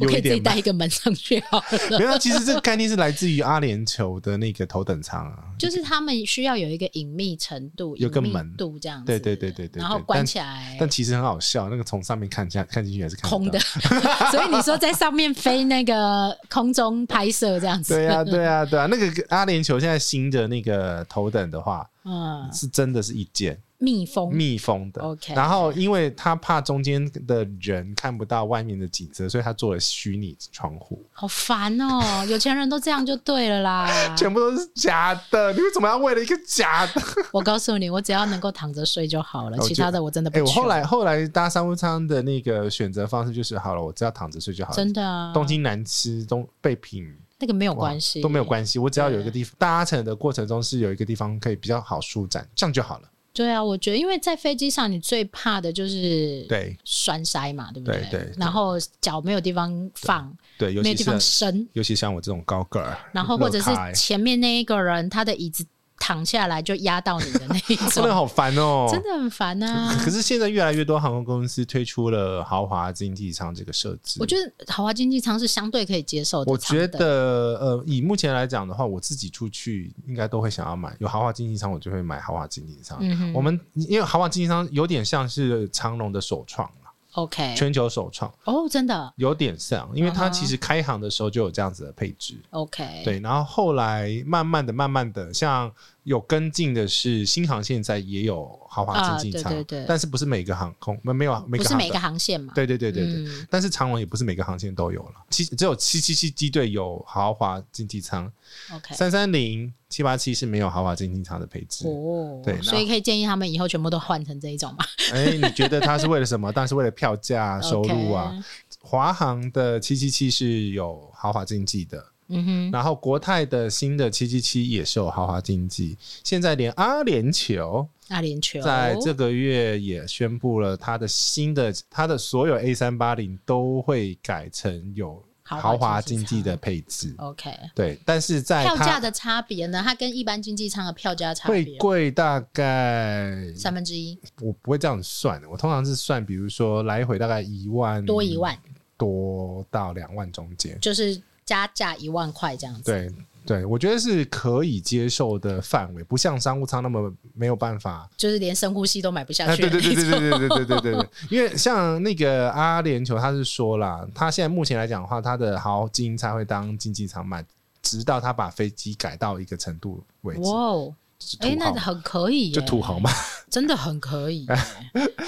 我有可以一点吧自己带一个门上去好了。没有，啊其实这个概念是来自于阿联酋的那个头等舱啊。就是他们需要有一个隐秘程度，有个隐秘门度这样子，对对对对对然后对关但起来但其实很好笑，那个从上面看下看进去还是看不哎空到 的，所以你说在上面飞那个空中拍摄这样子，对啊，对啊，对啊。那个阿联酋现在新的那个头等的话，嗯，是真的是一件，蜜蜂，密封的。 OK 然后因为他怕中间的人看不到外面的景色，所以他做了虚拟窗户，好烦 哦，有钱人都这样就对了啦。全部都是假的。你为什么要为了一个假的？我告诉你，我只要能够躺着睡就好我了，觉得其他的我真的 不哎、求。我后来后来搭商务舱的那个选择方式就是，好了，我只要躺着睡就好了真。的啊，东京难吃，东被品那个没有哇关系，都没有关系，我只要有一个对地方搭乘的过程中是有一个地方可以比较好舒展，这样就好了。对啊，我觉得因为在飞机上，你最怕的就是对栓塞嘛，对不对对对然后脚没有地方放，对，尤没有其地方是伸，尤其像我这种高个 儿，然后或者是乐开前面那一个人他的椅子躺下来就压到你的那一 真的种，好烦哦、真的很烦啊。可是现在越来越多航空公司推出了豪华经济舱这个设置，我觉得豪华经济舱是相对可以接受的我舱觉等，得呃，以目前来讲的话，我自己出去应该都会想要买有豪华经济舱，我就会买豪华经济舱。嗯哼我们因为豪华经济舱有点像是长龙的首创嘛 OK 全球首创哦，真的有点像，因为它嗯哼其实开航的时候就有这样子的配置。 OK，对，然后后来慢慢的、慢慢的，像有跟进的是新航现在也有豪华经济舱，啊对对对但是不是每个航空没有每不个是航每的个航线嘛？对对对对对，嗯但是长龙也不是每个航线都有了，七只有七七七机队有豪华经济舱， ，OK，三三零七八七是没有豪华经济舱的配置。哦对，所以可以建议他们以后全部都换成这 一种嘛哎、你觉得它是为了什么？当然是为了票价啊、收入啊。 OK，华航的七七七是有豪华经济的，嗯哼，然后国泰的新的七七七也是有豪华经济。现在连阿联酋阿联酋在这个月也宣布了它的新的，它的所有 A 三八零都会改成有豪华经济的配置。 OK，对，但是在票价它的差别呢？它跟一般经济舱的票价差会别贵大概，三分之一我不会这样算的，我通常是算，比如说来回大概一万多一万，多到两万中间。就是加价一万块这样子。对对，我觉得是可以接受的范围，不像商务舱那么没有办法。就是连深呼吸都买不下啊，去的对那对种。对对对对对对对对对，因为像那个阿联酋，他是说啦，他现在目前来讲的话，他的豪金才会当经济舱卖，直到他把飞机改到一个程度为止 哇。哎哦，是土哎，那豪嘛很可以耶，就土豪嘛，真的很可 以耶。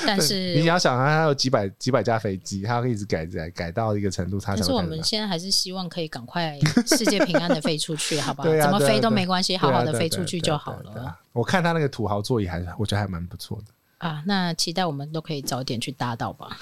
但你是，要想，啊他有几百几百架飞机，他会一直改改改到一个程度，他但才是会我开始们卖现在还是希望可以赶快世界平安的飞出去，好不好？ 对啊怎么对啊飞都对啊没关系，对啊好好的对啊飞对啊出对去就啊好对啊对了啊我看他那个土豪座椅还，我觉得还蛮不错的。啊。那期待我们都可以早点去搭到吧。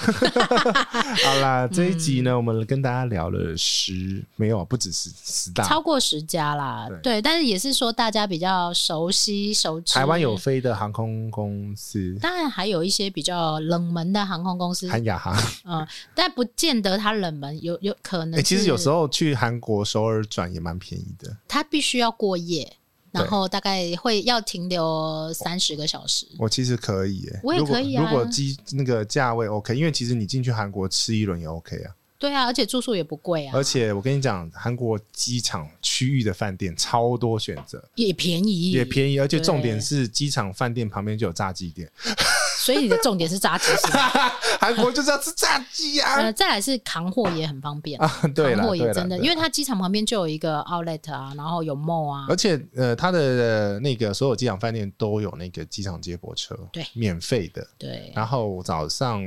好啦，这一集嗯呢，我们跟大家聊了十，没有不止十十大超，过十家啦，对对，但是也是说大家比较熟悉、熟知。台湾有，飞的航空公司，当然还有一些比较冷门的航空公司，韩亚航。嗯，但不见得它冷门，有有可能哎、是、其实有时候去韩国首尔转也蛮便宜的，它必须要过夜，然后大概会要停留三十个小时。我其实可以、耶，我也如果可以啊如果机那个价位 OK，因为其实你进去韩国吃一轮也 OK 啊。对啊，而且住宿也不贵啊而，且我跟你讲，韩国机场区域的饭店超多选择，也便宜，也便宜，而且嗯对重点是机场饭店旁边就有炸鸡 店。所以你的重点是炸鸡是吧韩国就是要吃炸鸡啊！呃，再来是扛货也很方便，啊， 对扛了，货对也了，真的，对因为它机场旁边就有一个 outlet 啊，然后有 mall 啊，而且呃，它的那个所有机场饭店都有那个机场接驳车，对免费的。对。然后早上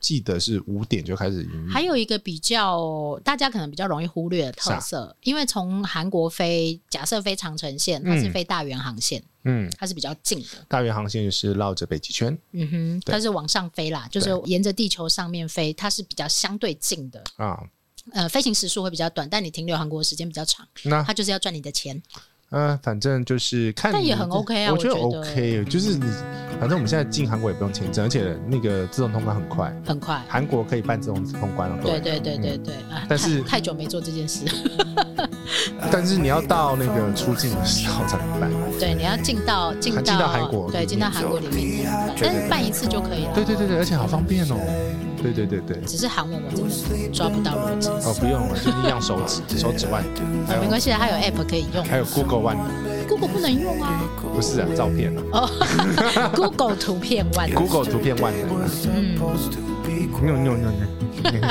记得是五点就开始营还业，有一个比较大家可能比较容易忽略的特色，因为从韩国飞，假设飞长城线，它是嗯飞大原航线，嗯，它是比较近的。大原航线是绕着北极圈嗯哼，对它是往上飞啦，就是沿着地球上面飞，它是比较相对近的，啊。呃，飞行时速会比较短，但你停留韩国的时间比较长，那它就是要赚你的钱。呃，反正就是看你，但也很 OK 啊我觉得我觉得 OK，就是你，反正我们现在进韩国也不用签证，而且那个自动通关很快，很快。韩国可以办自动通关了。各对位对对对对，啊，嗯但是太太久没做这件事，但是你要到那个出境的时候才能办。对，你要进到进进到韩国对，进到韩国里面，对但是办一次就可以了。对对对对，而且好方便哦。对对对对，只是韩文我真的抓不到逻辑，哦，不用了，就是一样手指手指腕，还没有关系，的，啊它有 app 可以 用还有 Google 腕， ，Google 不能 用啊，不是啊，照片啊哦，Google 图片万能。 ，Google 图片腕能啊。嗯嗯， no no no no，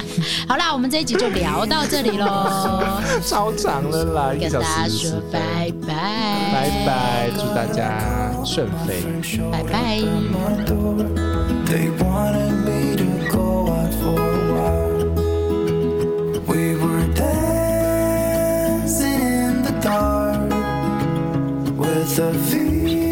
好啦，我们这一集就聊到这里 喽，超长了啦，一个跟小大家时说十拜拜，拜拜，祝大家顺飞。拜拜。 They wanted me to go out for a while. We were dancing in the dark with a feeling. oh,